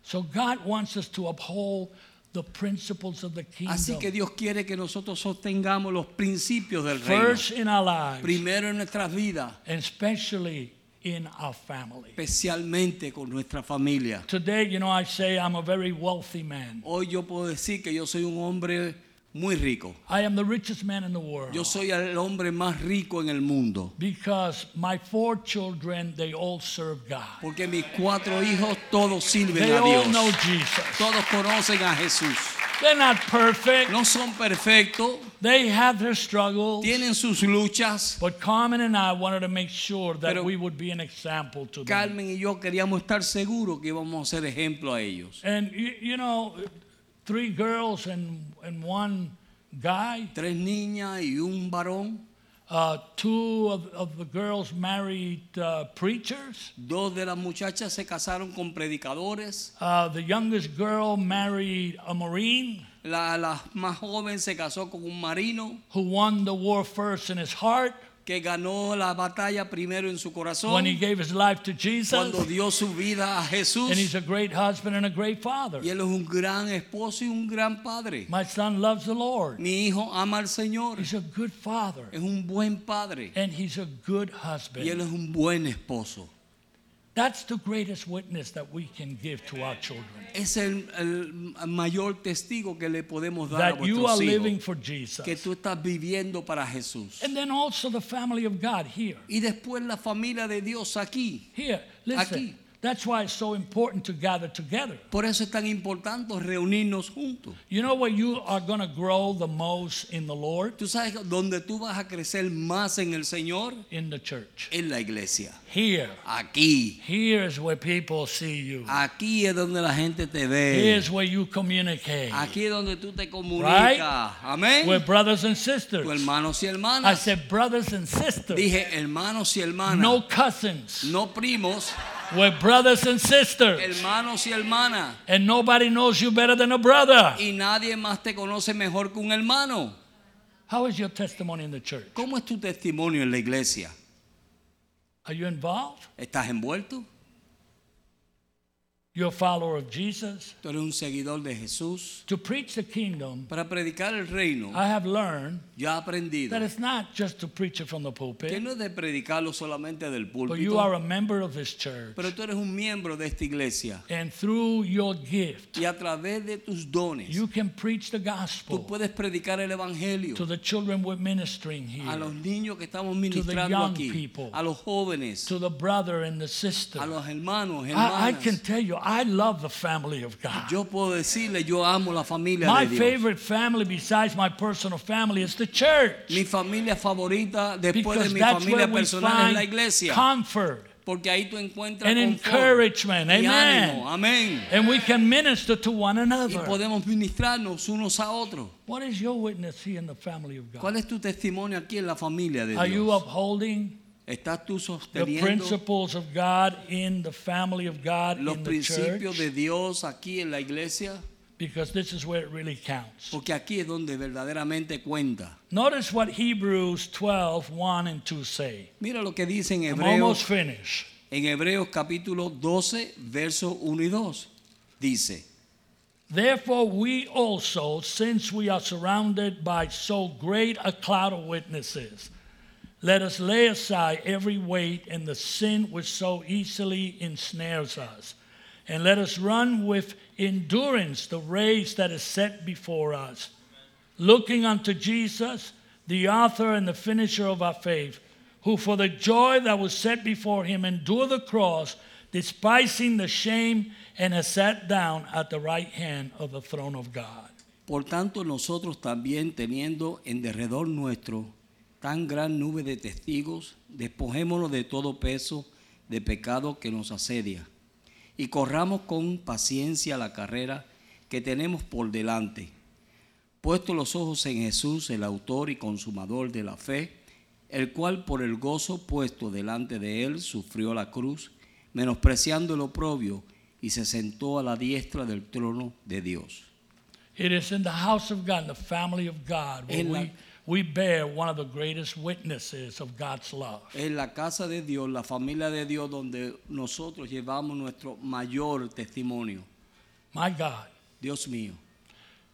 Speaker 3: So God wants us to uphold the principles of the
Speaker 2: Así que
Speaker 3: kingdom
Speaker 2: Dios quiere que nosotros sostengamos los principios del reino.
Speaker 3: first in our lives
Speaker 2: Primero en nuestras vidas,
Speaker 3: and especially in our family.
Speaker 2: especialmente con nuestra familia.
Speaker 3: Today, you know, I say I'm a very wealthy man.
Speaker 2: Hoy yo puedo decir que yo soy un hombre muy rico.
Speaker 3: I am the richest man in the world.
Speaker 2: Yo soy el hombre más rico en el mundo.
Speaker 3: Because my four children, they all serve God.
Speaker 2: Porque mis cuatro hijos todos sirven
Speaker 3: They
Speaker 2: a
Speaker 3: all know
Speaker 2: Dios.
Speaker 3: Jesus.
Speaker 2: Todos conocen a Jesús.
Speaker 3: They're not perfect.
Speaker 2: No son perfectos,
Speaker 3: They have their struggles.
Speaker 2: tienen sus luchas.
Speaker 3: But Carmen and I wanted to make sure that
Speaker 2: Pero-
Speaker 3: we would be an example to them.
Speaker 2: Carmen y yo queríamos estar seguros que íbamos a ser ejemplo a ellos.
Speaker 3: And you, you know, three girls and, and one guy.
Speaker 2: Tres niñas y un varón.
Speaker 3: Uh, two of, of the girls married uh, preachers.
Speaker 2: Dos de las muchachas se casaron con predicadores.
Speaker 3: Uh, the youngest girl married a Marine
Speaker 2: La, la más joven se casó con un marino
Speaker 3: who won the war first in his heart
Speaker 2: que ganó la batalla primero en su
Speaker 3: when
Speaker 2: corazón
Speaker 3: he gave his life to Jesus.
Speaker 2: cuando dio su vida a Jesús.
Speaker 3: And he's a great husband and a great father.
Speaker 2: Y él es un gran esposo y un gran padre.
Speaker 3: My son loves the Lord.
Speaker 2: Mi hijo ama al Señor.
Speaker 3: He's a good father.
Speaker 2: Es un buen padre.
Speaker 3: And he's a good
Speaker 2: Y él
Speaker 3: husband.
Speaker 2: es un buen esposo.
Speaker 3: That's the greatest witness that we can give to our children.
Speaker 2: Es el, el mayor testigo que le podemos dar a
Speaker 3: That you are
Speaker 2: vuestros hijos.
Speaker 3: living for
Speaker 2: Que
Speaker 3: Jesus.
Speaker 2: tú estás viviendo para Jesús.
Speaker 3: And then also the family of God here.
Speaker 2: Y después la familia de Dios aquí.
Speaker 3: Here, listen.
Speaker 2: Aquí.
Speaker 3: That's why it's so important to gather together.
Speaker 2: Por eso es tan importante reunirnos juntos.
Speaker 3: You know where you are going to grow the most in the Lord?
Speaker 2: Tú sabes que donde tú vas a crecer más en el Señor,
Speaker 3: In the church.
Speaker 2: en la iglesia.
Speaker 3: Here.
Speaker 2: Aquí.
Speaker 3: Here is where people see you.
Speaker 2: Aquí es donde la gente te ve.
Speaker 3: Here's where you communicate
Speaker 2: Aquí es donde tú te comunicas. Amén.
Speaker 3: with brothers and
Speaker 2: Tu
Speaker 3: sisters.
Speaker 2: hermanos y
Speaker 3: I
Speaker 2: hermanas.
Speaker 3: said, brothers and sisters.
Speaker 2: Dije hermanos y
Speaker 3: No
Speaker 2: hermanas.
Speaker 3: cousins.
Speaker 2: No primos.
Speaker 3: We're brothers and sisters.
Speaker 2: Hermanos y hermanas.
Speaker 3: And nobody knows you better than a brother.
Speaker 2: Y nadie más te conoce mejor que un hermano.
Speaker 3: How is your testimony in the church?
Speaker 2: ¿Cómo es tu testimonio en la iglesia?
Speaker 3: Are you involved?
Speaker 2: ¿Estás envuelto?
Speaker 3: You're a follower of Jesus?
Speaker 2: ¿Tú eres un seguidor de Jesús?
Speaker 3: To preach the kingdom,
Speaker 2: Para predicar el reino.
Speaker 3: I have learned
Speaker 2: Yo he aprendido
Speaker 3: that it's not just to preach it from the
Speaker 2: que
Speaker 3: pulpit,
Speaker 2: no es de predicarlo solamente del
Speaker 3: but you are
Speaker 2: púlpito,
Speaker 3: a member of this church.
Speaker 2: pero tú eres un miembro de esta iglesia
Speaker 3: And through your gift,
Speaker 2: y a través de tus dones
Speaker 3: you can preach the
Speaker 2: tú
Speaker 3: gospel
Speaker 2: puedes predicar el evangelio
Speaker 3: to the children we're ministering
Speaker 2: a los
Speaker 3: here,
Speaker 2: niños que estamos ministrando
Speaker 3: young
Speaker 2: aquí,
Speaker 3: people.
Speaker 2: a los jóvenes,
Speaker 3: to the brother and the sister.
Speaker 2: a los hermanos,
Speaker 3: I, I can
Speaker 2: hermanas.
Speaker 3: tell you, I love the family of God.
Speaker 2: Yo puedo decirle, yo amo la familia
Speaker 3: My
Speaker 2: de Dios.
Speaker 3: favorite family, besides my personal family, is the church.
Speaker 2: Mi familia favorita después de
Speaker 3: Because
Speaker 2: mi
Speaker 3: that's where
Speaker 2: familia
Speaker 3: we
Speaker 2: personal es la
Speaker 3: find
Speaker 2: iglesia,
Speaker 3: comfort
Speaker 2: porque ahí tú encuentras
Speaker 3: and
Speaker 2: confort
Speaker 3: encouragement.
Speaker 2: y
Speaker 3: Amen.
Speaker 2: ánimo. Amén.
Speaker 3: And we can minister to one
Speaker 2: Y
Speaker 3: another.
Speaker 2: podemos ministrarnos unos a otros.
Speaker 3: What is your witness here in the family of
Speaker 2: ¿Cuál
Speaker 3: God?
Speaker 2: es tu testimonio aquí en la familia de
Speaker 3: Are you
Speaker 2: Dios?
Speaker 3: upholding
Speaker 2: ¿Estás tú
Speaker 3: the
Speaker 2: sosteniendo
Speaker 3: principles of God in the family of God
Speaker 2: los
Speaker 3: in the
Speaker 2: principios
Speaker 3: church?
Speaker 2: de Dios aquí en la iglesia?
Speaker 3: Because this is where it really counts.
Speaker 2: Porque aquí es donde verdaderamente cuenta.
Speaker 3: Notice what Hebrews 12, 1 and 2 say.
Speaker 2: Mira lo que dice en
Speaker 3: I'm almost
Speaker 2: Hebreos,
Speaker 3: finished.
Speaker 2: en Hebreos capítulo 12, versos 1 y 2. Dice,
Speaker 3: Therefore, we also, since we are surrounded by so great a cloud of witnesses, let us lay aside every weight and the sin which so easily ensnares us, and let us run with endurance the race that is set before us, looking unto Jesus, the author and the finisher of our faith, who for the joy that was set before him endured the cross, despising the shame, and has sat down at the right hand of the throne of God.
Speaker 2: Por tanto, nosotros también, teniendo en derredor nuestro tan gran nube de testigos, despojémonos de todo peso de pecado que nos asedia y corramos con paciencia la carrera que tenemos por delante. Puesto los ojos en Jesús, el autor y consumador de la fe, el cual por el gozo puesto delante de él sufrió la cruz, menospreciando el oprobio, y se sentó a la diestra del trono de Dios.
Speaker 3: It is in the house of God, in the family of God, where
Speaker 2: En la-
Speaker 3: we, we bear one of the greatest witnesses of God's love.
Speaker 2: Es la casa de Dios, la familia de Dios, donde nosotros llevamos nuestro mayor testimonio.
Speaker 3: My God,
Speaker 2: Dios mío,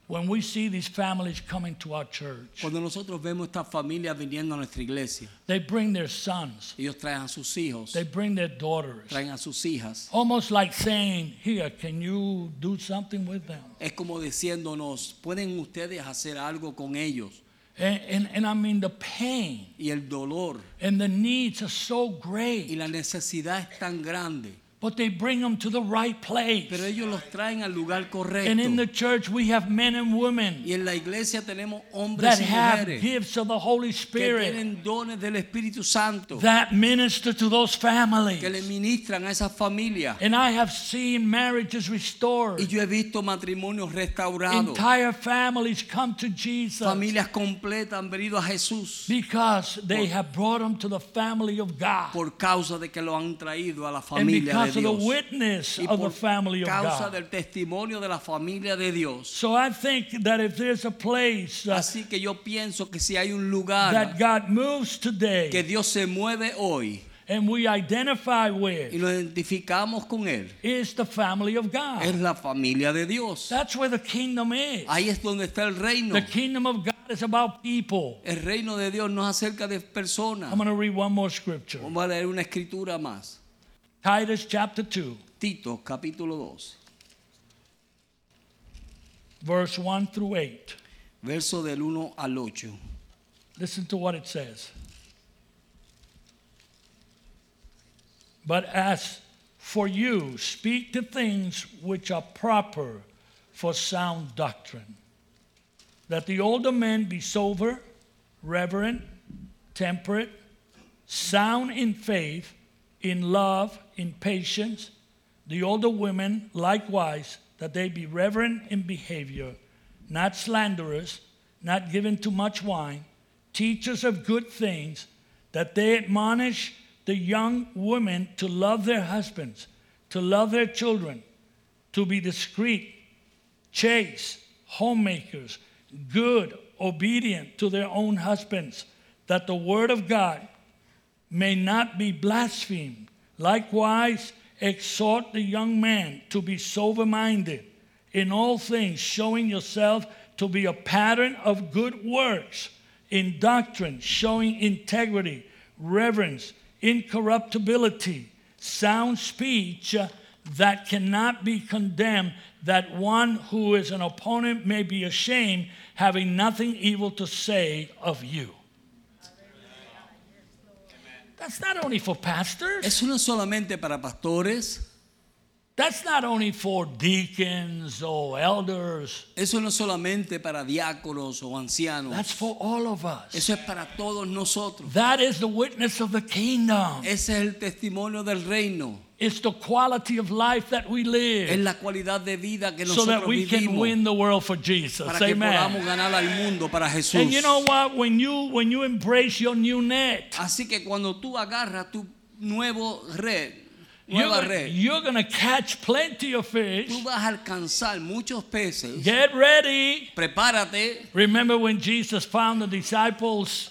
Speaker 3: when we see these families coming to our church,
Speaker 2: cuando nosotros vemos estas familias viniendo a nuestra iglesia,
Speaker 3: they bring their sons,
Speaker 2: ellos traen a sus hijos,
Speaker 3: they bring their daughters.
Speaker 2: traen a sus hijas.
Speaker 3: Almost like saying, Here, can you do something with them?
Speaker 2: Es como diciéndonos, ¿pueden ustedes hacer algo con ellos?
Speaker 3: And, and, and I mean, the pain
Speaker 2: Y el dolor
Speaker 3: and the needs are so
Speaker 2: y
Speaker 3: great,
Speaker 2: la necesidad es tan grande,
Speaker 3: but they bring them to the right place.
Speaker 2: pero ellos los traen al lugar
Speaker 3: And in the
Speaker 2: correcto.
Speaker 3: church, we have men and women
Speaker 2: Y en la iglesia tenemos
Speaker 3: that
Speaker 2: hombres y
Speaker 3: have
Speaker 2: mujeres
Speaker 3: gifts of the Holy
Speaker 2: que
Speaker 3: Spirit
Speaker 2: tienen dones del Espíritu Santo,
Speaker 3: that minister to those
Speaker 2: que le
Speaker 3: families.
Speaker 2: ministran a esas familias.
Speaker 3: And I have seen marriages
Speaker 2: Y
Speaker 3: restored,
Speaker 2: yo he visto matrimonios restaurados,
Speaker 3: entire families come to Jesus
Speaker 2: familias completas han venido a Jesús
Speaker 3: because they have brought them to the family of God
Speaker 2: por causa de que lo han traído a la
Speaker 3: and
Speaker 2: familia de
Speaker 3: because of the
Speaker 2: Dios.
Speaker 3: witness
Speaker 2: Y
Speaker 3: of the
Speaker 2: por
Speaker 3: family of
Speaker 2: causa
Speaker 3: God.
Speaker 2: del testimonio de la familia de Dios.
Speaker 3: So I think that if there's a place uh,
Speaker 2: Así que yo pienso que si hay un
Speaker 3: that
Speaker 2: lugar
Speaker 3: God moves
Speaker 2: que
Speaker 3: today
Speaker 2: Dios se mueve hoy
Speaker 3: and we identify
Speaker 2: y
Speaker 3: with
Speaker 2: lo identificamos con Él,
Speaker 3: is the family of
Speaker 2: es
Speaker 3: God.
Speaker 2: la familia de Dios.
Speaker 3: That's where the kingdom Ah. is.
Speaker 2: Ahí es donde está el reino.
Speaker 3: The kingdom of God is about people.
Speaker 2: El reino de Dios no es acerca de personas.
Speaker 3: I'm going to read one more scripture.
Speaker 2: Vamos a leer una escritura más.
Speaker 3: Titus chapter 2,
Speaker 2: Tito, capítulo 2,
Speaker 3: verse 1 through 8.
Speaker 2: verso del 1 al 8.
Speaker 3: Listen to what it says. But as for you, speak the things which are proper for sound doctrine. That the older men be sober, reverent, temperate, sound in faith, in love, in patience. The older women likewise, that they be reverent in behavior, not slanderous, not given to much wine, teachers of good things, that they admonish the young women to love their husbands, to love their children, to be discreet, chaste, homemakers, good, obedient to their own husbands, that the word of God may not be blasphemed. Likewise, exhort the young man to be sober minded in all things, showing yourself to be a pattern of good works, in doctrine, showing integrity, reverence, incorruptibility, sound speech uh, that cannot be condemned, that one who is an opponent may be ashamed, having nothing evil to say of you. That's not only for pastors.
Speaker 2: Eso no es solamente para pastores,
Speaker 3: That's not only for deacons or elders.
Speaker 2: eso no es solamente para diáconos o ancianos,
Speaker 3: That's for all of us.
Speaker 2: eso es para todos nosotros. Eh-
Speaker 3: That is the witness of the kingdom.
Speaker 2: Ese es el testimonio del reino.
Speaker 3: It's the quality of life that we
Speaker 2: Es
Speaker 3: live
Speaker 2: la cualidad de vida que
Speaker 3: so that
Speaker 2: nosotros
Speaker 3: we can
Speaker 2: vivimos
Speaker 3: win the world for Jesus.
Speaker 2: para que podamos
Speaker 3: Amen.
Speaker 2: ganar al mundo para Jesús.
Speaker 3: And you know what? When you when you embrace your new net,
Speaker 2: Así que cuando tú agarras tu nuevo red,
Speaker 3: you're
Speaker 2: nueva
Speaker 3: gonna,
Speaker 2: red,
Speaker 3: you're gonna catch plenty of fish.
Speaker 2: tú vas a alcanzar muchos peces.
Speaker 3: Get ready.
Speaker 2: Prepárate.
Speaker 3: Remember when Jesus found the disciples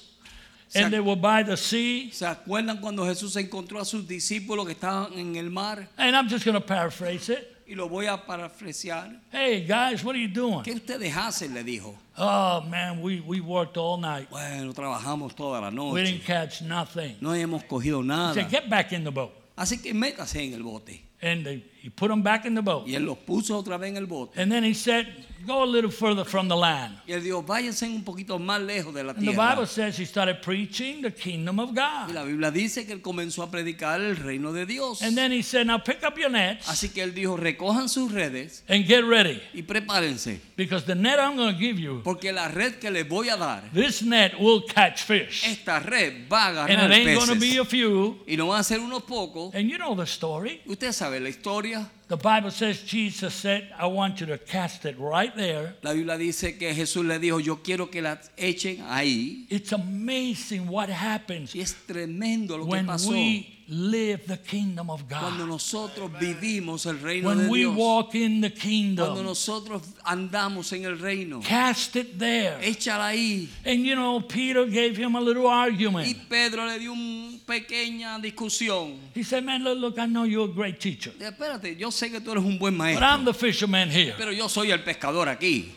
Speaker 3: and they were by the sea?
Speaker 2: ¿Se acuerdan cuando Jesús encontró a sus discípulos que estaban en el mar?
Speaker 3: And I'm just going to paraphrase it.
Speaker 2: Y lo voy a parafrasear.
Speaker 3: Hey, guys, what are you
Speaker 2: ¿Qué
Speaker 3: doing?
Speaker 2: ustedes hacen? Le dijo.
Speaker 3: Oh, man, we, we worked all night.
Speaker 2: Bueno, trabajamos toda la
Speaker 3: We didn't
Speaker 2: noche.
Speaker 3: catch nothing.
Speaker 2: No hemos cogido
Speaker 3: He
Speaker 2: nada.
Speaker 3: said, get back in the boat.
Speaker 2: Así que métase en el bote.
Speaker 3: And they, he put them back in the boat.
Speaker 2: Y él los puso otra vez en el bote.
Speaker 3: And then he said, go a little further from the land.
Speaker 2: Y él dijo, váyanse un poquito más lejos de la
Speaker 3: And the
Speaker 2: tierra.
Speaker 3: Bible says he started preaching the kingdom of
Speaker 2: Y
Speaker 3: God.
Speaker 2: la Biblia dice que él comenzó a predicar el reino de Dios.
Speaker 3: And then he said, now pick up your nets
Speaker 2: Así que él dijo, recojan sus redes
Speaker 3: and get ready
Speaker 2: y prepárense,
Speaker 3: because the net I'm going to give you,
Speaker 2: porque la red que les voy a dar,
Speaker 3: this net will catch fish.
Speaker 2: esta red va a agarrar
Speaker 3: and it ain't going to be
Speaker 2: peces.
Speaker 3: a few.
Speaker 2: Y no van a ser unos pocos.
Speaker 3: And you know the story.
Speaker 2: Usted sabe la historia.
Speaker 3: The Bible says Jesus said, I want you to cast it right there.
Speaker 2: La Biblia dice que Jesús le dijo, yo quiero que la echen ahí.
Speaker 3: It's amazing what happens
Speaker 2: Y es tremendo lo que
Speaker 3: when
Speaker 2: pasó
Speaker 3: we live the kingdom of
Speaker 2: cuando
Speaker 3: God.
Speaker 2: nosotros vivimos el reino de
Speaker 3: When we
Speaker 2: Dios.
Speaker 3: walk in the
Speaker 2: Cuando
Speaker 3: kingdom,
Speaker 2: nosotros andamos en el reino.
Speaker 3: cast it there.
Speaker 2: Échala ahí.
Speaker 3: And you know, Peter gave him a little
Speaker 2: Y
Speaker 3: argument.
Speaker 2: Pedro le dio una pequeña discusión.
Speaker 3: He said, Man, look, look, I know you're a great teacher,
Speaker 2: Espérate, yo sé que tú eres un buen
Speaker 3: but
Speaker 2: maestro,
Speaker 3: I'm the fisherman here.
Speaker 2: pero yo soy el pescador aquí.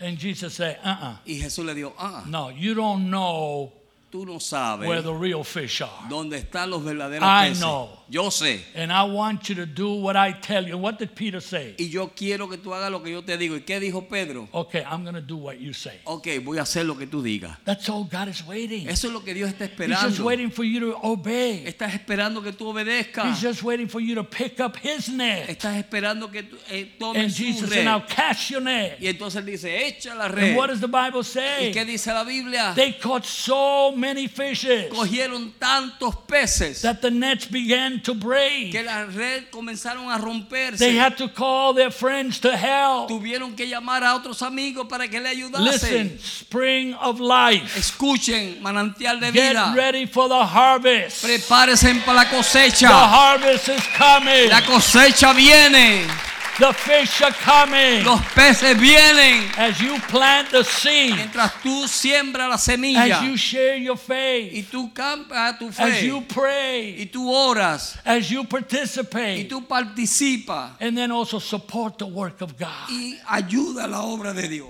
Speaker 3: And Jesus said, Uh uh
Speaker 2: Y Jesús le dijo, ah,
Speaker 3: No, you don't know
Speaker 2: tú no sabes
Speaker 3: where the real fish are.
Speaker 2: dónde están los verdaderos
Speaker 3: I
Speaker 2: peces.
Speaker 3: know.
Speaker 2: Yo sé.
Speaker 3: And I want you to do what I tell you. What did Peter say?
Speaker 2: Y yo quiero que tú hagas lo que yo te digo. ¿Y qué dijo Pedro?
Speaker 3: Okay, I'm going to do what you say.
Speaker 2: Ok, voy a hacer lo que tú digas.
Speaker 3: That's all God is waiting.
Speaker 2: Eso es lo que Dios está
Speaker 3: He's just
Speaker 2: esperando.
Speaker 3: waiting for you to obey.
Speaker 2: Estás esperando que tú
Speaker 3: He's
Speaker 2: obedezcas.
Speaker 3: just waiting for you to pick up his net.
Speaker 2: Estás esperando que tú eh,
Speaker 3: And
Speaker 2: tomes su
Speaker 3: Jesus said,
Speaker 2: red.
Speaker 3: Now cast your net.
Speaker 2: Y entonces él dice, echa la red.
Speaker 3: And what does the Bible
Speaker 2: ¿Y qué
Speaker 3: say?
Speaker 2: dice la Biblia?
Speaker 3: They caught so many fishes
Speaker 2: Cogieron tantos peces
Speaker 3: that the nets began to break.
Speaker 2: que la red comenzaron a romperse.
Speaker 3: They had to call their friends to help.
Speaker 2: Tuvieron que llamar a otros amigos para que le ayudasen.
Speaker 3: Listen, spring of life.
Speaker 2: Escuchen, manantial de vida.
Speaker 3: Get ready for the harvest.
Speaker 2: Prepárense para la
Speaker 3: The
Speaker 2: cosecha.
Speaker 3: harvest is coming.
Speaker 2: La cosecha viene.
Speaker 3: The fish are coming.
Speaker 2: Los peces vienen.
Speaker 3: As you plant the seed,
Speaker 2: Mientras tú siembras la semilla
Speaker 3: as you share your
Speaker 2: y
Speaker 3: faith,
Speaker 2: tú campas a tu
Speaker 3: as you
Speaker 2: fe y
Speaker 3: pray,
Speaker 2: tú oras
Speaker 3: as you
Speaker 2: y
Speaker 3: participate,
Speaker 2: tú participas
Speaker 3: and then also support the work of God.
Speaker 2: y ayuda a la obra de Dios.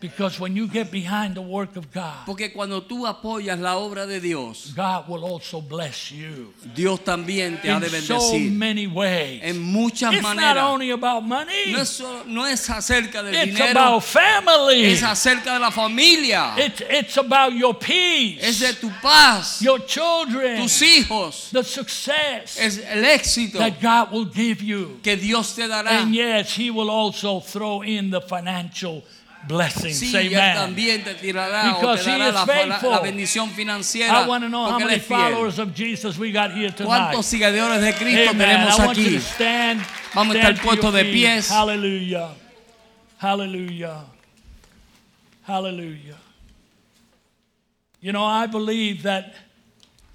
Speaker 3: Because when you get behind the work of God,
Speaker 2: Porque cuando tú apoyas la obra de Dios,
Speaker 3: God will also bless you
Speaker 2: Dios también te ha
Speaker 3: in
Speaker 2: de
Speaker 3: so
Speaker 2: bendecir
Speaker 3: many ways.
Speaker 2: en muchas
Speaker 3: It's not
Speaker 2: maneras.
Speaker 3: only about money.
Speaker 2: No es, solo- no es acerca del
Speaker 3: It's
Speaker 2: dinero,
Speaker 3: about family.
Speaker 2: es acerca de la familia,
Speaker 3: It's, it's about your
Speaker 2: es
Speaker 3: peace,
Speaker 2: de tu paz,
Speaker 3: your children,
Speaker 2: tus hijos,
Speaker 3: the success
Speaker 2: es el éxito
Speaker 3: that God will give you.
Speaker 2: que Dios te dará.
Speaker 3: And yes, He will also throw in the financial blessings.
Speaker 2: Sí, Él
Speaker 3: Amen.
Speaker 2: también te tirará o te
Speaker 3: Because he
Speaker 2: dará
Speaker 3: is
Speaker 2: la, fa-
Speaker 3: faithful.
Speaker 2: la bendición financiera
Speaker 3: I want to know how
Speaker 2: porque Él
Speaker 3: many
Speaker 2: es fiel.
Speaker 3: followers of Jesus we got here
Speaker 2: ¿Cuántos
Speaker 3: tonight.
Speaker 2: seguidores de Cristo
Speaker 3: Amen.
Speaker 2: tenemos
Speaker 3: I want you
Speaker 2: aquí?
Speaker 3: to stand.
Speaker 2: Vamos a estar
Speaker 3: stand to your
Speaker 2: puestos de
Speaker 3: feet.
Speaker 2: pies.
Speaker 3: Hallelujah. Hallelujah. Hallelujah. You know, I believe that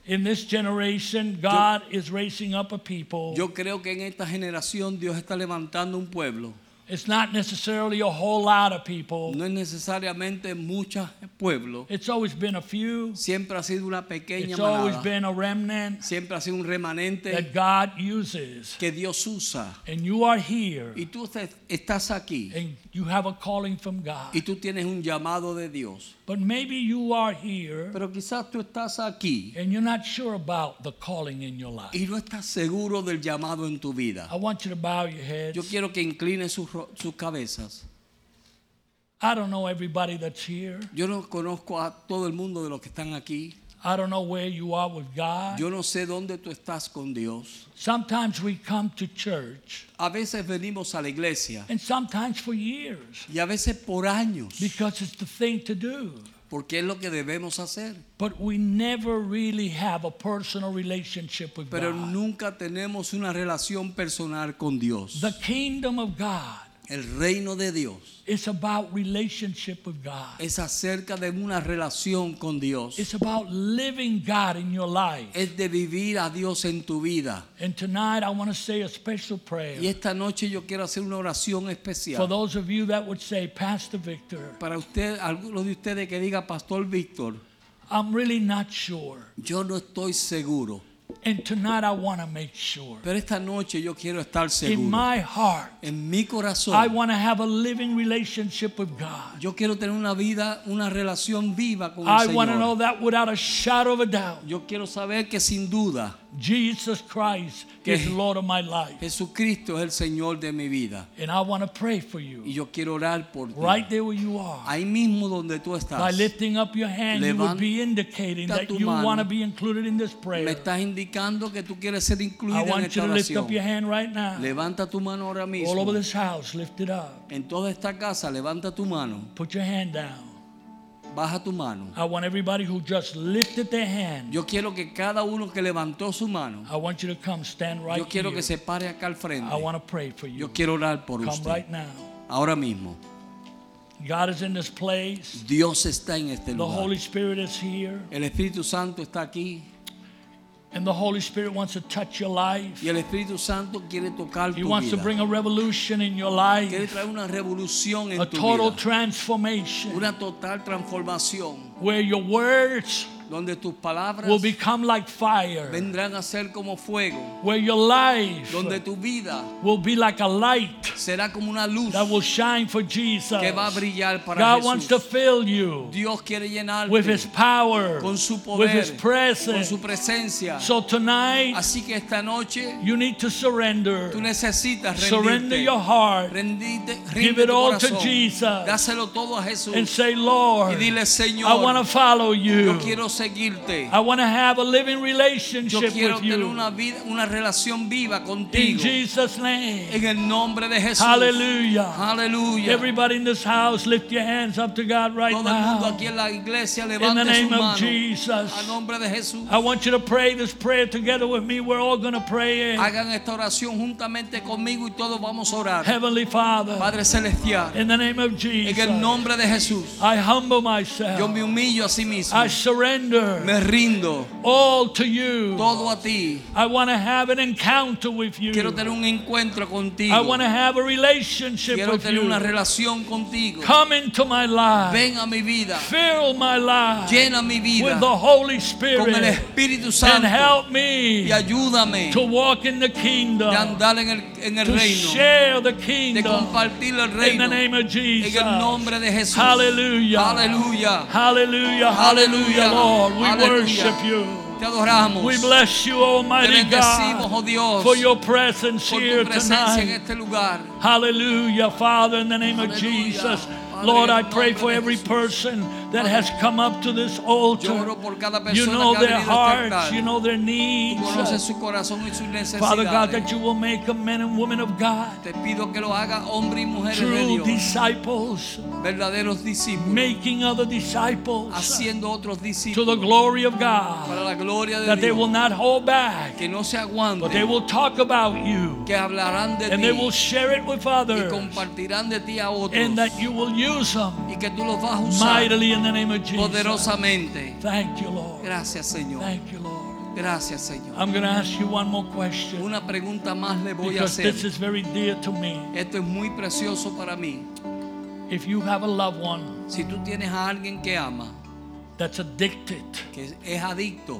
Speaker 3: in this generation, God is raising up a people.
Speaker 2: Yo creo que en esta generación Dios está levantando un pueblo.
Speaker 3: It's not necessarily a whole lot of people.
Speaker 2: No es necesariamente muchos pueblos.
Speaker 3: It's always been a few.
Speaker 2: Siempre ha sido una pequeña
Speaker 3: It's always
Speaker 2: manada.
Speaker 3: been a remnant
Speaker 2: Siempre ha sido un remanente
Speaker 3: that God uses.
Speaker 2: que Dios usa.
Speaker 3: And you are here.
Speaker 2: Y tú te- estás aquí.
Speaker 3: And you have a calling from God.
Speaker 2: Y tú tienes un llamado de Dios.
Speaker 3: But maybe you are here
Speaker 2: Pero quizás tú estás aquí
Speaker 3: and you're not sure about the calling in your life.
Speaker 2: y no estás seguro del llamado en tu vida.
Speaker 3: I want you to bow your
Speaker 2: Yo
Speaker 3: heads.
Speaker 2: quiero que inclines sus, ro- sus cabezas.
Speaker 3: I don't know everybody that's here.
Speaker 2: Yo no conozco a todo el mundo de los que están aquí.
Speaker 3: I don't know where you are with God.
Speaker 2: Yo no sé dónde tú estás con Dios.
Speaker 3: Sometimes we come to church
Speaker 2: A veces venimos a la iglesia
Speaker 3: and sometimes for years
Speaker 2: y a veces por años,
Speaker 3: because it's the thing to do.
Speaker 2: porque es lo que debemos hacer.
Speaker 3: But we never really have a personal relationship with
Speaker 2: Pero
Speaker 3: God.
Speaker 2: nunca tenemos una relación personal con Dios.
Speaker 3: The kingdom of God
Speaker 2: El reino de Dios
Speaker 3: is about relationship with God.
Speaker 2: es acerca de una relación con Dios.
Speaker 3: It's about living God in your life.
Speaker 2: Es de vivir a Dios en tu vida.
Speaker 3: And tonight I want to say a special
Speaker 2: Y
Speaker 3: prayer
Speaker 2: esta noche yo quiero hacer una oración
Speaker 3: for
Speaker 2: especial.
Speaker 3: those of you that would say, Pastor Victor,
Speaker 2: Para usted, algunos de ustedes que diga, Pastor Víctor,
Speaker 3: I'm really not sure.
Speaker 2: yo no estoy seguro.
Speaker 3: And tonight I want to make sure.
Speaker 2: Pero esta noche yo quiero estar
Speaker 3: In
Speaker 2: seguro.
Speaker 3: my heart,
Speaker 2: En mi
Speaker 3: I
Speaker 2: corazón,
Speaker 3: want to have a living relationship with God.
Speaker 2: yo quiero tener una vida, una relación viva con el
Speaker 3: I want to know
Speaker 2: Señor.
Speaker 3: that without a shadow of a doubt,
Speaker 2: Yo quiero saber que sin duda
Speaker 3: Jesus Christ
Speaker 2: Que-
Speaker 3: is Lord of my life.
Speaker 2: Jesucristo es el Señor de mi vida.
Speaker 3: And I want to pray for
Speaker 2: Y
Speaker 3: you
Speaker 2: yo quiero orar por
Speaker 3: right
Speaker 2: ti.
Speaker 3: there where you are.
Speaker 2: Ahí mismo donde tú
Speaker 3: By
Speaker 2: estás,
Speaker 3: lifting up your hand, you would be indicating that
Speaker 2: tu
Speaker 3: you
Speaker 2: mano.
Speaker 3: want to be included in this
Speaker 2: me
Speaker 3: prayer.
Speaker 2: estás indicando que tú quieres ser
Speaker 3: I
Speaker 2: incluido en
Speaker 3: want you
Speaker 2: esta
Speaker 3: to lift
Speaker 2: oración.
Speaker 3: up your hand right now.
Speaker 2: Levanta tu mano ahora
Speaker 3: All over
Speaker 2: mismo.
Speaker 3: this house, lift it up.
Speaker 2: En toda esta casa, levanta tu mano.
Speaker 3: Put your hand down.
Speaker 2: Baja tu mano.
Speaker 3: I want everybody who just lifted their hand,
Speaker 2: Yo quiero que cada uno que levantó su mano,
Speaker 3: I want you to come stand right
Speaker 2: yo quiero que
Speaker 3: here.
Speaker 2: se pare acá al frente.
Speaker 3: I want to pray for you.
Speaker 2: Yo quiero orar por
Speaker 3: Come
Speaker 2: usted.
Speaker 3: right now.
Speaker 2: Ahora mismo.
Speaker 3: God is in this place.
Speaker 2: Dios está en este
Speaker 3: The Holy
Speaker 2: lugar.
Speaker 3: Spirit is here.
Speaker 2: El Espíritu Santo está aquí
Speaker 3: And the Holy Spirit wants to touch your life.
Speaker 2: y el Espíritu Santo quiere tocar
Speaker 3: He
Speaker 2: tu
Speaker 3: wants to
Speaker 2: vida.
Speaker 3: bring a revolution in your
Speaker 2: Quiere
Speaker 3: life,
Speaker 2: traer una revolución
Speaker 3: a
Speaker 2: en tu
Speaker 3: total
Speaker 2: vida,
Speaker 3: transformation
Speaker 2: una total transformación
Speaker 3: where your words
Speaker 2: donde tus
Speaker 3: will
Speaker 2: palabras
Speaker 3: become like fire,
Speaker 2: vendrán a ser como fuego,
Speaker 3: where your life
Speaker 2: donde tu vida
Speaker 3: will be like a light
Speaker 2: será como una luz
Speaker 3: that will shine for Jesus.
Speaker 2: que va a brillar para
Speaker 3: God wants to
Speaker 2: Jesús.
Speaker 3: fill you
Speaker 2: Dios quiere
Speaker 3: with His
Speaker 2: llenarte
Speaker 3: power,
Speaker 2: con su
Speaker 3: with
Speaker 2: poder,
Speaker 3: His
Speaker 2: con
Speaker 3: presence.
Speaker 2: su presencia.
Speaker 3: So tonight,
Speaker 2: Así que esta noche
Speaker 3: you need to surrender.
Speaker 2: tú necesitas
Speaker 3: Surrender
Speaker 2: rendirte,
Speaker 3: your heart
Speaker 2: rendirte,
Speaker 3: Give
Speaker 2: rinde
Speaker 3: it
Speaker 2: tu
Speaker 3: all to
Speaker 2: corazón,
Speaker 3: Jesus.
Speaker 2: dáselo todo a
Speaker 3: and
Speaker 2: Jesús
Speaker 3: say, Lord,
Speaker 2: y dile Señor,
Speaker 3: I want to follow you.
Speaker 2: yo quiero seguirte,
Speaker 3: I want to have a living
Speaker 2: yo
Speaker 3: relationship
Speaker 2: quiero
Speaker 3: with
Speaker 2: tener
Speaker 3: you.
Speaker 2: una vida, una relación viva
Speaker 3: In
Speaker 2: contigo.
Speaker 3: Jesus' name.
Speaker 2: En el nombre de Jesús.
Speaker 3: Hallelujah.
Speaker 2: Aleluya.
Speaker 3: Everybody in this house, lift your hands up to God right
Speaker 2: Todo el mundo
Speaker 3: now.
Speaker 2: aquí en la iglesia
Speaker 3: In the
Speaker 2: levante su
Speaker 3: name of
Speaker 2: mano. A
Speaker 3: Jesus.
Speaker 2: nombre de Jesús.
Speaker 3: I want you to pray this prayer together with me. We're all going to pray it.
Speaker 1: Hagan esta oración juntamente conmigo y todos vamos a orar.
Speaker 3: Heavenly Father,
Speaker 1: Padre Celestial,
Speaker 3: in the name of
Speaker 1: en el
Speaker 3: Jesus,
Speaker 1: nombre de Jesús,
Speaker 3: I
Speaker 1: yo
Speaker 3: humble
Speaker 1: me
Speaker 3: myself.
Speaker 1: humillo a sí mismo.
Speaker 3: I surrender
Speaker 1: Me rindo
Speaker 3: all to you.
Speaker 1: todo a ti.
Speaker 3: I want to have an encounter with you.
Speaker 1: Quiero tener un encuentro
Speaker 3: I
Speaker 1: contigo.
Speaker 3: want to have a relationship
Speaker 1: Quiero
Speaker 3: with
Speaker 1: tener una
Speaker 3: you.
Speaker 1: relación contigo.
Speaker 3: Come into my life.
Speaker 1: Ven a mi vida.
Speaker 3: Fill my life
Speaker 1: Llena mi vida
Speaker 3: with the
Speaker 1: con
Speaker 3: Holy
Speaker 1: el
Speaker 3: Spirit
Speaker 1: Espíritu
Speaker 3: and
Speaker 1: Santo.
Speaker 3: help me
Speaker 1: Y ayúdame
Speaker 3: to walk in the
Speaker 1: de
Speaker 3: kingdom,
Speaker 1: andar en el, en el
Speaker 3: to
Speaker 1: reino.
Speaker 3: share the
Speaker 1: De
Speaker 3: kingdom
Speaker 1: compartir el
Speaker 3: in
Speaker 1: reino.
Speaker 3: the name of
Speaker 1: En el
Speaker 3: Jesus.
Speaker 1: nombre de Jesús.
Speaker 3: Hallelujah.
Speaker 1: Aleluya.
Speaker 3: Hallelujah. Hallelujah,
Speaker 1: Hallelujah.
Speaker 3: Lord. We
Speaker 1: Hallelujah.
Speaker 3: worship you.
Speaker 1: Te adoramos.
Speaker 3: We bless you,
Speaker 1: Te
Speaker 3: Almighty
Speaker 1: bendecimos, oh
Speaker 3: God,
Speaker 1: Dios,
Speaker 3: for your presence
Speaker 1: por
Speaker 3: here
Speaker 1: tu presencia en
Speaker 3: tonight.
Speaker 1: este lugar.
Speaker 3: Hallelujah, Father, in the name of
Speaker 1: Aleluya.
Speaker 3: Jesus.
Speaker 1: Padre,
Speaker 3: Lord,
Speaker 1: en
Speaker 3: I
Speaker 1: el
Speaker 3: pray
Speaker 1: nombre
Speaker 3: for
Speaker 1: de
Speaker 3: every
Speaker 1: Jesús.
Speaker 3: person that has come up to this altar.
Speaker 1: Lloro por cada
Speaker 3: You
Speaker 1: persona
Speaker 3: know
Speaker 1: que ha venido a
Speaker 3: their
Speaker 1: este
Speaker 3: hearts,
Speaker 1: altar.
Speaker 3: you know their
Speaker 1: Tú
Speaker 3: needs.
Speaker 1: conoces su corazón y sus
Speaker 3: Father God,
Speaker 1: necesidades.
Speaker 3: that you will make a men and women of God,
Speaker 1: Te pido que lo haga hombre y mujer de
Speaker 3: true
Speaker 1: Dios,
Speaker 3: disciples,
Speaker 1: verdaderos discípulos,
Speaker 3: making other disciples
Speaker 1: haciendo otros
Speaker 3: to the
Speaker 1: discípulos
Speaker 3: glory of
Speaker 1: para
Speaker 3: God,
Speaker 1: la gloria de
Speaker 3: that they will
Speaker 1: Dios,
Speaker 3: not hold back,
Speaker 1: que no se
Speaker 3: but they
Speaker 1: aguanten,
Speaker 3: will talk about you
Speaker 1: que hablarán de
Speaker 3: and they will
Speaker 1: ti
Speaker 3: share it with
Speaker 1: y
Speaker 3: others,
Speaker 1: compartirán de ti a otros
Speaker 3: and that you will use them
Speaker 1: y que tú los vas a usar
Speaker 3: mightily in the name of Jesus.
Speaker 1: poderosamente.
Speaker 3: Thank you, Lord.
Speaker 1: Gracias Señor,
Speaker 3: Thank you, Lord.
Speaker 1: gracias Señor.
Speaker 3: I'm going to ask you one more question
Speaker 1: Una pregunta más le voy a
Speaker 3: because
Speaker 1: hacer.
Speaker 3: this is very dear to me.
Speaker 1: Esto es muy precioso para mí.
Speaker 3: If you have a loved one
Speaker 1: Si tú tienes a alguien que ama,
Speaker 3: that's addicted
Speaker 1: que es adicto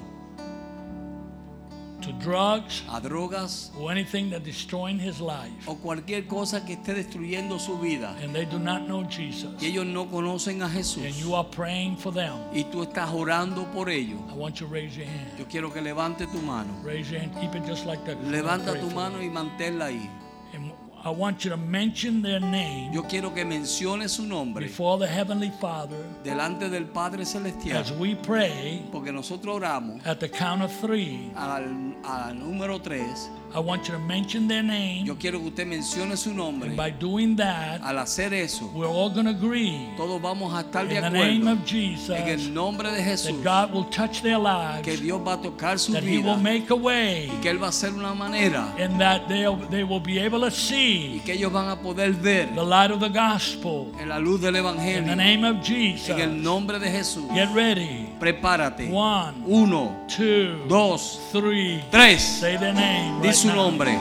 Speaker 3: to drugs
Speaker 1: a drogas
Speaker 3: or anything that's destroying his life
Speaker 1: o cualquier cosa que esté destruyendo su vida
Speaker 3: and they do not know Jesus
Speaker 1: y ellos no conocen a Jesús
Speaker 3: and you are praying for them,
Speaker 1: y tú estás orando por ellos,
Speaker 3: I want you to raise your hand.
Speaker 1: yo quiero que levante tu mano.
Speaker 3: Raise your hand. Keep it just like that.
Speaker 1: Levanta
Speaker 3: Pray
Speaker 1: tu
Speaker 3: for
Speaker 1: mano y manténla ahí.
Speaker 3: them. And I want you to mention their name
Speaker 2: Yo quiero que mencione su nombre
Speaker 3: before the Heavenly Father
Speaker 2: delante del Padre
Speaker 3: as
Speaker 2: Celestial,
Speaker 3: we pray
Speaker 2: porque nosotros oramos
Speaker 3: at the count of three.
Speaker 2: al, al número 3.
Speaker 3: I want you to mention their name.
Speaker 2: Yo quiero que usted mencione su nombre.
Speaker 3: And by doing that,
Speaker 2: Al hacer eso,
Speaker 3: we're all going to agree
Speaker 2: todos vamos a estar de
Speaker 3: in the name
Speaker 2: acuerdo
Speaker 3: of Jesus
Speaker 2: en el
Speaker 3: that
Speaker 2: nombre de Jesús
Speaker 3: God will touch their
Speaker 2: que
Speaker 3: lives,
Speaker 2: Dios va a tocar su
Speaker 3: that He will
Speaker 2: vida
Speaker 3: make a way,
Speaker 2: y que Él va a hacer una manera
Speaker 3: and that they'll, they will be able to
Speaker 2: y
Speaker 3: see
Speaker 2: que ellos van a poder ver
Speaker 3: the light of the gospel
Speaker 2: en la luz del
Speaker 3: in the
Speaker 2: Evangelio.
Speaker 3: name of Jesus.
Speaker 2: En el nombre de Jesús,
Speaker 3: Get ready.
Speaker 2: prepárate.
Speaker 3: One,
Speaker 2: Uno,
Speaker 3: two,
Speaker 2: dos,
Speaker 3: three.
Speaker 2: tres.
Speaker 3: Say their name.
Speaker 2: Di
Speaker 3: Right
Speaker 2: su
Speaker 3: now.
Speaker 2: nombre.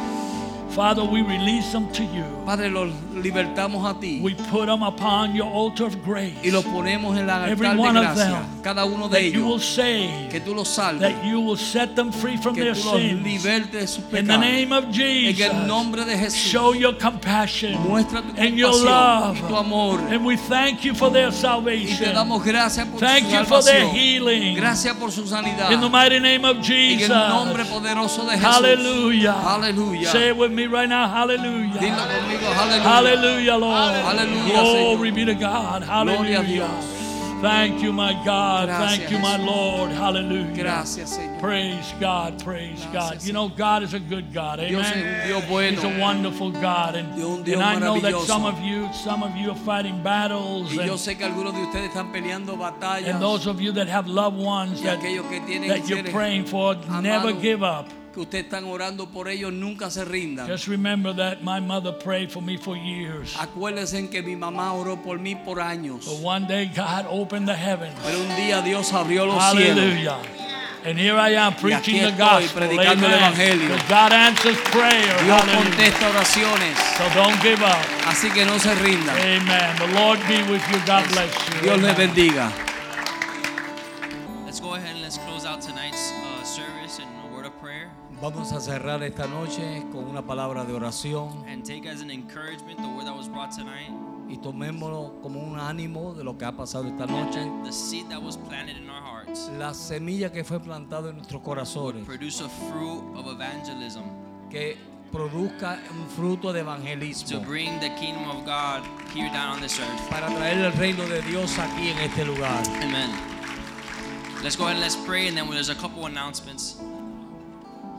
Speaker 3: Father, we release them to you.
Speaker 2: Padre, los libertamos a ti
Speaker 3: We put them upon your altar of grace.
Speaker 2: y los ponemos en la
Speaker 3: Every
Speaker 2: altar de
Speaker 3: one of
Speaker 2: gracia.
Speaker 3: them.
Speaker 2: Cada uno de
Speaker 3: that you will
Speaker 2: ellos.
Speaker 3: save,
Speaker 2: Que tú los salves.
Speaker 3: that you will set them free from
Speaker 2: Que
Speaker 3: their
Speaker 2: tú los
Speaker 3: sins.
Speaker 2: libertes de sus
Speaker 3: In the name
Speaker 2: pecados.
Speaker 3: of
Speaker 2: En
Speaker 3: Jesus,
Speaker 2: el nombre de
Speaker 3: show
Speaker 2: Jesús.
Speaker 3: your compassion
Speaker 2: Muestra tu
Speaker 3: and your
Speaker 2: compasión y tu
Speaker 3: love.
Speaker 2: amor.
Speaker 3: And we thank you for their
Speaker 2: Y te
Speaker 3: salvation.
Speaker 2: damos gracias por
Speaker 3: Thank
Speaker 2: su
Speaker 3: you for their
Speaker 2: salvación.
Speaker 3: healing.
Speaker 2: Gracias por su sanidad.
Speaker 3: In the mighty name of
Speaker 2: En
Speaker 3: Jesus.
Speaker 2: el nombre poderoso de Jesús.
Speaker 3: Hallelujah.
Speaker 2: Hallelujah.
Speaker 3: Say it with me right now. Hallelujah.
Speaker 2: Dilo conmigo, hallelujah.
Speaker 3: Hallelujah, Lord.
Speaker 2: Hallelujah,
Speaker 3: Glory
Speaker 2: Señor.
Speaker 3: be to God.
Speaker 2: Gloria a
Speaker 3: Hallelujah.
Speaker 2: Dios.
Speaker 3: Thank you, my God.
Speaker 2: Gracias,
Speaker 3: Thank you, my
Speaker 2: Jesús.
Speaker 3: Lord. Hallelujah.
Speaker 2: Gracias, Señor.
Speaker 3: Praise God, praise
Speaker 2: Gracias,
Speaker 3: God.
Speaker 2: Señor.
Speaker 3: You know, God is a good God. Amen.
Speaker 2: Dios es un Dios bueno.
Speaker 3: He's a wonderful God. And,
Speaker 2: Dios es un Dios
Speaker 3: and I know that
Speaker 2: maravilloso.
Speaker 3: some of you, some of you are fighting
Speaker 2: Y
Speaker 3: battles.
Speaker 2: yo
Speaker 3: And,
Speaker 2: sé que algunos de ustedes están peleando batallas.
Speaker 3: and those of you that have loved ones
Speaker 2: y
Speaker 3: that,
Speaker 2: aquellos que tienen
Speaker 3: that you're
Speaker 2: seres
Speaker 3: praying for, never
Speaker 2: amados.
Speaker 3: give up.
Speaker 2: que ustedes están orando por ellos, nunca se rindan.
Speaker 3: Just remember that my mother prayed for me for years.
Speaker 2: Ah. Acuérdense en que mi mamá oró por mí por
Speaker 3: But
Speaker 2: años.
Speaker 3: one day God opened the heavens.
Speaker 2: Pero un día Dios abrió los cielos.
Speaker 3: Hallelujah. And here I am
Speaker 2: Y aquí
Speaker 3: preaching the
Speaker 2: estoy,
Speaker 3: gospel.
Speaker 2: predicando el
Speaker 3: Amen.
Speaker 2: evangelio.
Speaker 3: Because God answers prayer.
Speaker 2: Dios
Speaker 3: Hallelujah.
Speaker 2: contesta oraciones.
Speaker 3: So don't give up.
Speaker 2: Así que no se rindan.
Speaker 3: Amen. The Lord be with you. God bless you.
Speaker 2: Dios les
Speaker 3: Amen.
Speaker 2: bendiga.
Speaker 4: Let's go ahead and let's close out tonight's uh, service in a word of prayer.
Speaker 2: Vamos a cerrar esta noche con una palabra de oración
Speaker 4: And take as an encouragement the word that was brought tonight
Speaker 2: y tomémoslo como un ánimo de lo que ha pasado esta noche.
Speaker 4: and the seed that was planted in our hearts.
Speaker 2: La semilla que fue plantada en nuestros corazones,
Speaker 4: Produce a fruit of evangelism
Speaker 2: que produzca un fruto de
Speaker 4: to
Speaker 2: evangelismo
Speaker 4: bring the kingdom of God here down on this earth.
Speaker 2: para traer el reino de Dios aquí en este lugar.
Speaker 4: Amen. Let's go ahead and let's pray, and then there's a couple announcements.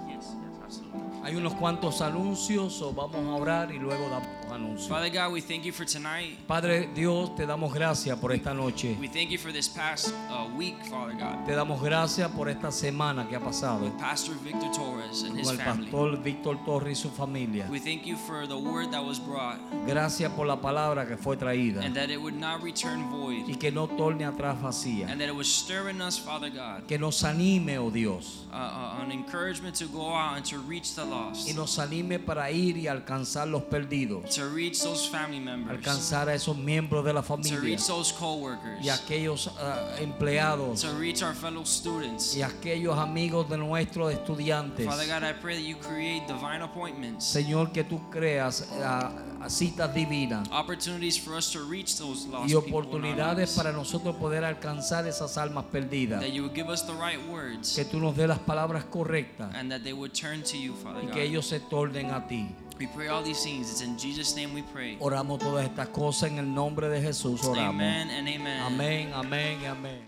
Speaker 4: Yes, yes, absolutely.
Speaker 2: Hay unos cuantos anuncios, o vamos a orar y luego damos los anuncios.
Speaker 4: Father God, we thank you for tonight.
Speaker 2: Padre Dios, te damos gracias por esta noche.
Speaker 4: We thank you for this past uh, week, Father God.
Speaker 2: Te damos gracias por esta semana que ha pasado
Speaker 4: Pastor Victor Torres and
Speaker 2: con
Speaker 4: his
Speaker 2: el
Speaker 4: family.
Speaker 2: pastor Víctor Torres y su familia.
Speaker 4: We thank you for the word that was brought
Speaker 2: Gracias por la palabra que fue traída
Speaker 4: and that it would not return
Speaker 2: y
Speaker 4: void
Speaker 2: que no torne atrás vacía.
Speaker 4: and that it was stirring us, Father God,
Speaker 2: Que nos anime, oh Dios,
Speaker 4: uh, uh, an encouragement to go out and to reach the
Speaker 2: y
Speaker 4: lost,
Speaker 2: nos anime para ir y alcanzar los perdidos,
Speaker 4: to reach those family members,
Speaker 2: alcanzar a esos miembros de la
Speaker 4: to
Speaker 2: familia
Speaker 4: reach those co
Speaker 2: y
Speaker 4: workers,
Speaker 2: aquellos ah, empleados
Speaker 4: to reach our fellow students.
Speaker 2: y aquellos amigos de nuestros estudiantes.
Speaker 4: Father God, I pray that you create divine appointments,
Speaker 2: Señor, que tú creas ah, citas divinas
Speaker 4: opportunities for us to reach those
Speaker 2: y
Speaker 4: lost people in our
Speaker 2: oportunidades
Speaker 4: lives,
Speaker 2: para nosotros poder alcanzar esas almas perdidas.
Speaker 4: that you would give us the right words
Speaker 2: Que tú nos des las palabras correctas
Speaker 4: and that they would turn to you, Father
Speaker 2: y
Speaker 4: God.
Speaker 2: que ellos se tornen a ti.
Speaker 4: We pray all these things. It's in Jesus' name we pray.
Speaker 2: Oramos todas estas cosas en el nombre de Jesús. Oramos.
Speaker 4: Amen and amen.
Speaker 2: Amén, amén y amén.